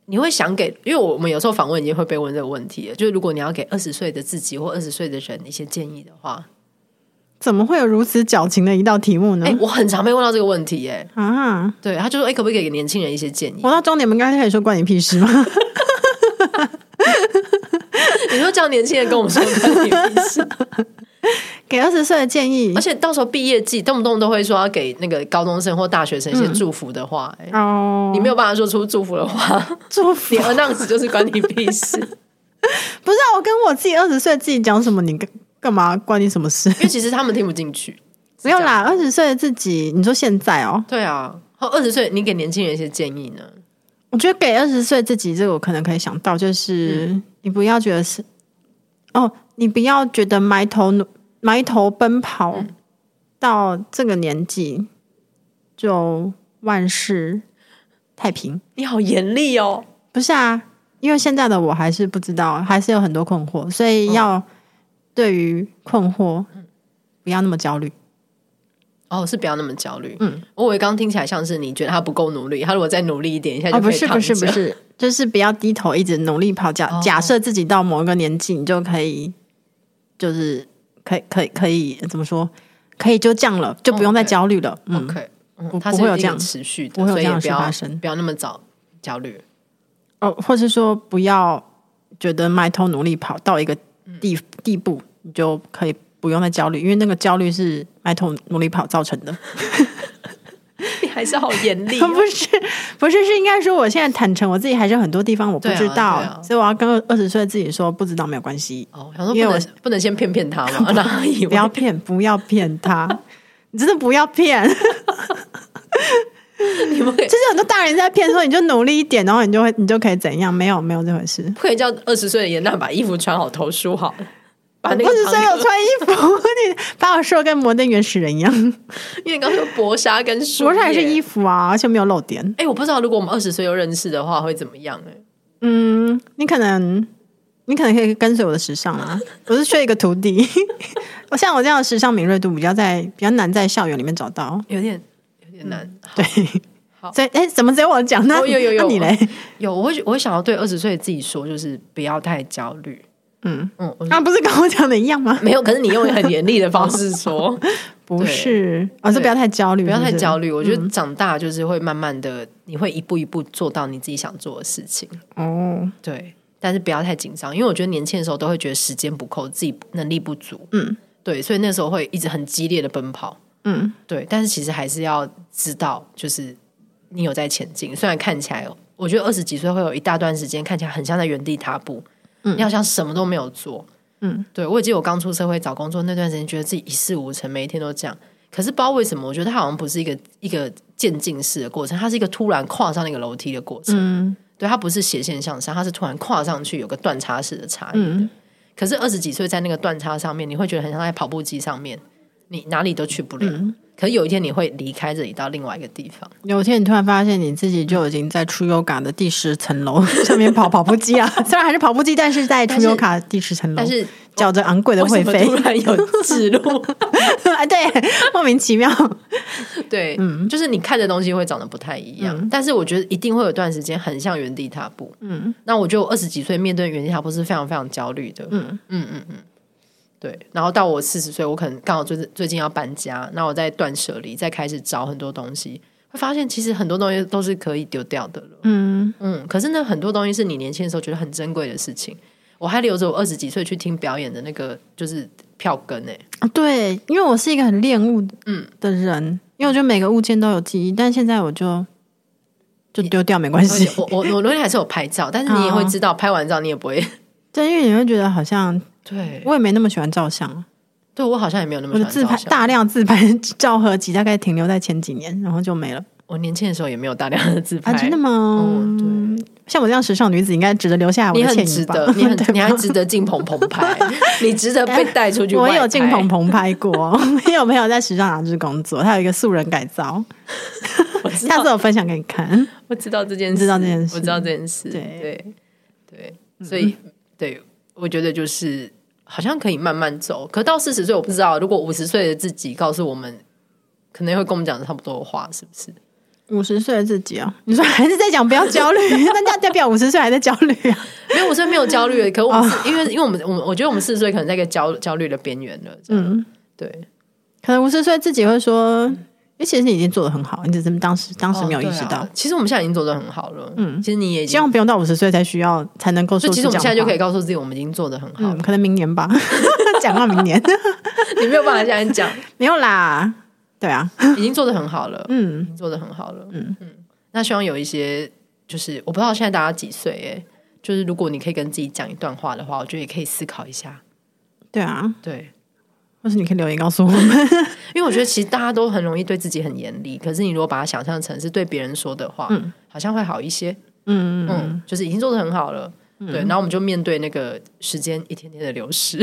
你会想给？因为我们有时候访问已经会被问这个问题了，就是如果你要给二十岁的自己或二十岁的人一些建议的话，怎么会有如此矫情的一道题目呢？哎、我很常被问到这个问题、耶。啊，对，他就说，哎、可不可以给年轻人一些建议？ [LAUGHS] 我到中年，我们应该可以说关你屁事 [LAUGHS] 吗？你说叫年轻人跟我们说关你屁事， [LAUGHS] 给二十岁的建议而且到时候毕业季动不动都会说要给那个高中生或大学生嗯一些祝福的话、哎哦，你没有办法说出祝福的话，祝福你 announce 就是关你屁事。 [LAUGHS] 不是、啊、我跟我自己二十岁自己讲什么，你干干嘛关你什么 [LAUGHS] 事？因为其实他们听不进去。没有啦，二十岁的自己，你说现在哦，对啊，和二十岁，你给年轻人一些建议呢？我觉得给二十岁自己这个，我可能可以想到，就是、你不要觉得是哦，你不要觉得埋头努埋头奔跑、到这个年纪就万事太平。你好严厉哦，不是啊，因为现在的我还是不知道，还是有很多困惑，所以哦要对于困惑不要那么焦虑。哦，是不要那么焦虑。嗯，我以为刚听起来像是你觉得他不够努力，他如果再努力一点，一下哦，就不可以是躺着、不是不是，就是不要低头，一直努力跑。假、哦假设自己到某一个年纪，你就可以，就是可以可以可以怎么说？可以就这样了，就不用再 OK 焦虑了。嗯， OK，不嗯，它不是会有一这个样持续的不，会有所以这样的也不事要发生不要那么早焦 [LAUGHS] 虑。哦，或是说不要觉得埋头努力跑到一个嗯地、地步，你就可以不用再焦虑，因为那个焦虑是埋头努力跑造成的。你还是好严厉 [LAUGHS] 哦、 [LAUGHS] 不是，不是，是应该说，我现在坦诚我自己还是有很多地方我不对啊知道，对啊所以我要跟二十岁的自己说，不知道没有关系，哦，想说因为不我能不能先骗骗他嘛，让他 [LAUGHS] 以不为要骗，不要骗 [LAUGHS] 他，你真的不要骗。 [LAUGHS] 就你们可以是很多大人在骗说，你就努力一点，然后你就会，你就可以怎样？没有，没有这回事。不可以叫二十岁的严娜把衣服穿好，头梳好，把那个二十岁堂有哥，穿衣服， [LAUGHS] 你把我说得跟摩登原始人一样，因为你刚 [LAUGHS] 刚说薄纱跟梳，我还是衣。服啊，而且没有露点。哎、我不知道，如果我们二十岁又认识的话，会怎么样、哎，嗯，你可能你可能可以跟随我的时尚啊，我是缺一个徒弟。 [LAUGHS] 我像我这样的时尚敏锐度比较在比较难在校园里面找到。有点有点难。对好，所以哎，怎么只有我讲呢？哦有有有那你 [LAUGHS] 嘞？有，我会我会想要对二十岁的自己说，就是不要太焦虑。嗯嗯， [LAUGHS] 我啊，不是跟我讲的一样吗？没有，可是你用很严厉的方 [LAUGHS] 式说，不是，哦，是对不要太焦虑，不要太焦虑。虑。我觉得长大就是会慢慢的，你会一步一步做到你自己想做的事情。哦，对，但是不要太紧张，因为我觉得年轻的时候都会觉得时间不够，自己能力不足。嗯，对，所以那时候会一直很激烈的奔跑。嗯，对，但是其实还是要知道，就是你有在前进。虽然看起来，我觉得二十几岁会有一大段时间看起来很像在原地踏步，嗯、你好像什么都没有做。嗯，对我也记得我刚出社会找工作那段时间，觉得自己一事无成，每一天都这样。可是不知道为什么，我觉得它好像不是一个一个渐进式的过程，它是一个突然跨上那个楼梯的过程。嗯对，它不是斜线向上，它是突然跨上去，有个断叉式的差异的。嗯可是二十几岁在那个断叉上面，你会觉得很像在跑步机上面，你哪里都去不嗯了。可是有一天你会离开这里到另外一个地方，有一天你突然发现你自己就已经在出优卡的第十层楼 [LAUGHS] 上面跑跑步 [LAUGHS] 机啊，虽然还是跑步机，但是在出但是优卡第十层楼，但是缴着昂贵的为会什么费突，然有 [LAUGHS] 指路？ [LAUGHS] 哎，对，莫名其妙。对，就是你看的东西会长得不太一样。但是我觉得一定会有段时间很像原地踏步。嗯，那我觉得我二十几岁面对原地踏步是非常非常焦虑的。嗯嗯嗯嗯。对，然后到我四十岁，我可能刚好最最近要搬家，那我在断舍离，再开始找很多东西，会发现其实很多东西都是可以丢掉的了。嗯，嗯，可是呢，很多东西是你年轻的时候觉得很珍贵的事情。我还留着我二十几岁去听表演的那个就是票根诶、啊 [LAUGHS] 对，因为我是一个很恋物嗯的人，因为我觉得每个物件都有记忆，但现在我就就丢掉没关而且系。哦我我我那天还是有拍照，但是你也会知道，拍完照你也不会。 [LAUGHS] 对，因为你会觉得好像对，我也没那么喜欢照相，对我好像也没有那么我喜的欢自照拍相。大量自拍 [LAUGHS] 照合集大概停留在前几年，然后就没了。我年轻的时候也没有大量的自拍，啊，真的吗？嗯对， [LAUGHS] 像我这样时尚女子应该值得留下我你的很倩值影吧？得，你 [LAUGHS] 很对你还吧值得进鹏鹏 [LAUGHS] 拍，你值得被带出去外我拍。有进鹏鹏拍过， [LAUGHS] 因为我朋友在时尚杂志工作，他有一个素人改造，我知下次道，我分享给你 [LAUGHS] 看。我知道这件事，知道这件事我知道这件事，对嗯对对，所以对，我觉得就是好像可以慢慢走，可到四十岁我不知道，如果五十岁的自己告诉我们，可能会跟我们讲的差不多的话，是不是？五十岁的自己哦，你说还是在讲不要焦虑， [LAUGHS] 那这样代表五十岁还在焦虑 [LAUGHS] 啊？因为我是没有焦虑的，可哦我们是因为因为我们我们我觉得我们四十岁可能在一个焦焦虑的边缘了，嗯，嗯，对，可能五十岁自己会说，因为其实你已经做的很好，你只是当时当时没有意识哦到。对啊其实我们现在已经走得很好了，嗯，嗯其实你也已希经望不用到五十岁才需要才能够说就出其实我们这现样在就的可以话告诉自己，我们已经做得很好嗯，了，可能明年 [LAUGHS] 吧，讲到明年你没有办法现在 [LAUGHS] 讲，没有啦，对啊，已经做得很好了，嗯已。经做得很好了，嗯嗯嗯。那希望有一些，就是我不知道现在大家几岁，哎，就是如果你可以跟自己讲一段话的话，我觉得也可以思考一下，对啊，对，或是你可以留言告诉我嗯们。因为我觉得其实大家都很容易对自己很严厉，可是你如果把它想象成是对别人说的话，嗯好像会好一些，嗯嗯，嗯，就是已经做得很好了。对，然后我们就面对那个时间一天天的 [LAUGHS] 流逝，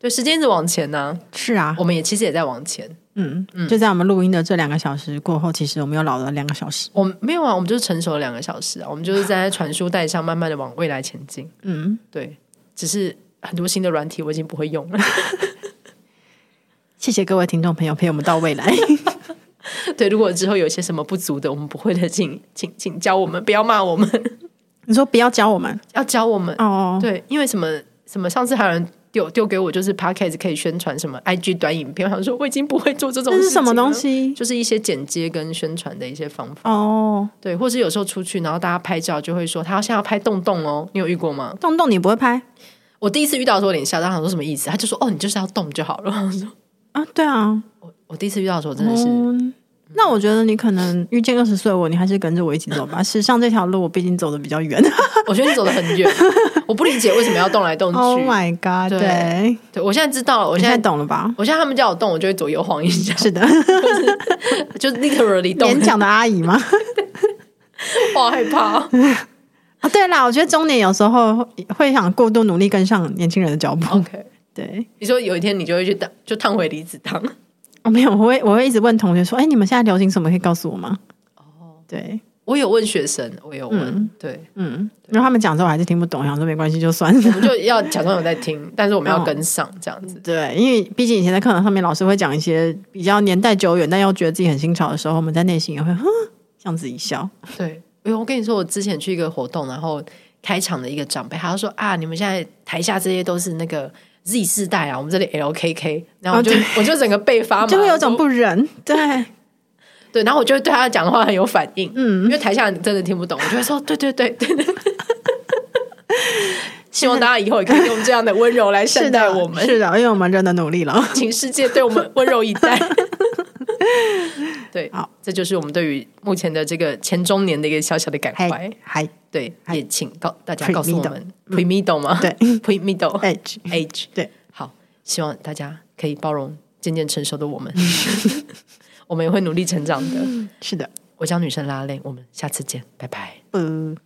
对，时间一直往前呢、是啊，我们也其实也在往前。嗯，就在我们录音的这两个小时过后，其实我们又老了两个小时。我们没有啊，我们就是成熟了两个小时啊，我们就是在传输带上慢慢的往未来前进。嗯，对，只是很多新的软体我已经不会用了。 [LAUGHS] 谢谢各位听众朋友陪我们到未 [LAUGHS] 来。对，如果之后有一些什么不足的，我们不会的，请请请教我们，不要骂我们， [LAUGHS] 你说不要教我们要教我们。哦，对，因为什么什么，上次还有人丢丢给我，就是 p a c k a g e 可以宣传什么 IG 短影片，我想说我已经不会做这种这事是什么情啊东了？西？就是一些剪接跟宣传的一些方法，哦，对，或是有时候出去，然后大家拍照就会说他现在要拍洞洞哦，你有遇过吗？洞洞你不会拍我第一次遇到的时候，我脸吓到，他想说什么意思？他就说：“哦，你就是要动就好了。我说啊？对啊，”我第一次遇到的时候，真的是、嗯那我觉得你可能遇见二十岁的我，你还是跟着我一起走 [LAUGHS] 吧。时尚这条路，我毕竟走的比较远。我觉得你走得很远，我不理解为什么要动来动去。 Oh my god！对对，对我现在知道了，我我现现在在，懂了吧？我现在他们叫我 [LAUGHS] 动，我就会左右晃一下，是的，就 literally 动年，长的阿姨吗？ [LAUGHS] 我好害怕哦。啊，对啦，我觉得中年有时候会会想过度努力跟上年轻人的脚步。 OK，对，你说有一天你就会去烫，就烫回离子烫。 [LAUGHS] 我哦没有，我会我会一直问同学说：“哎，你们现在流行什么？可以告诉我吗？”哦，对，我有问学生，我有问，嗯对，嗯，然后他们讲之后我还是听不懂，想说没关系就算了。我就要假装有在听，但是我们要哦跟上这样 [LAUGHS] 子。对，因为毕竟以前在课堂上面，老师会讲一些比较年代久远，但又觉得自己很新潮的时候，我们在内心也会哼这样子一笑。对，因为我跟你说，我之前去一个活动，然后开场的一个长辈，他就说啊，你们现在台下这些都是那个 Z 世代啊，我们这里 LKK，然后我就、哦对 [LAUGHS] 我就整个被发麻，就会有我种说不忍。 [LAUGHS] 对，对，然后我就会对他讲话很有反应，因嗯，为台下真的听不懂，我就会说对对对对 [LAUGHS] 对。希望大家以后也可以用这样的温柔来是善待的，我们，是的，因为我们真的努力了。请世界对我们温柔 [LAUGHS] 以待。对，好，这就是我们对于目前的这个前中年的一个小小的感嗨怀。嗨，对，哎也请告大家 Pre-middle 告诉我们 pre middle 吗？ [LAUGHS] 对 [LAUGHS] pre middle ，H， age 对，好，希望大家可以包容渐渐成熟 [LAUGHS] 的我们，我们也会努力成长的。是的，我将女生拉链，我们下次见，拜拜。嗯。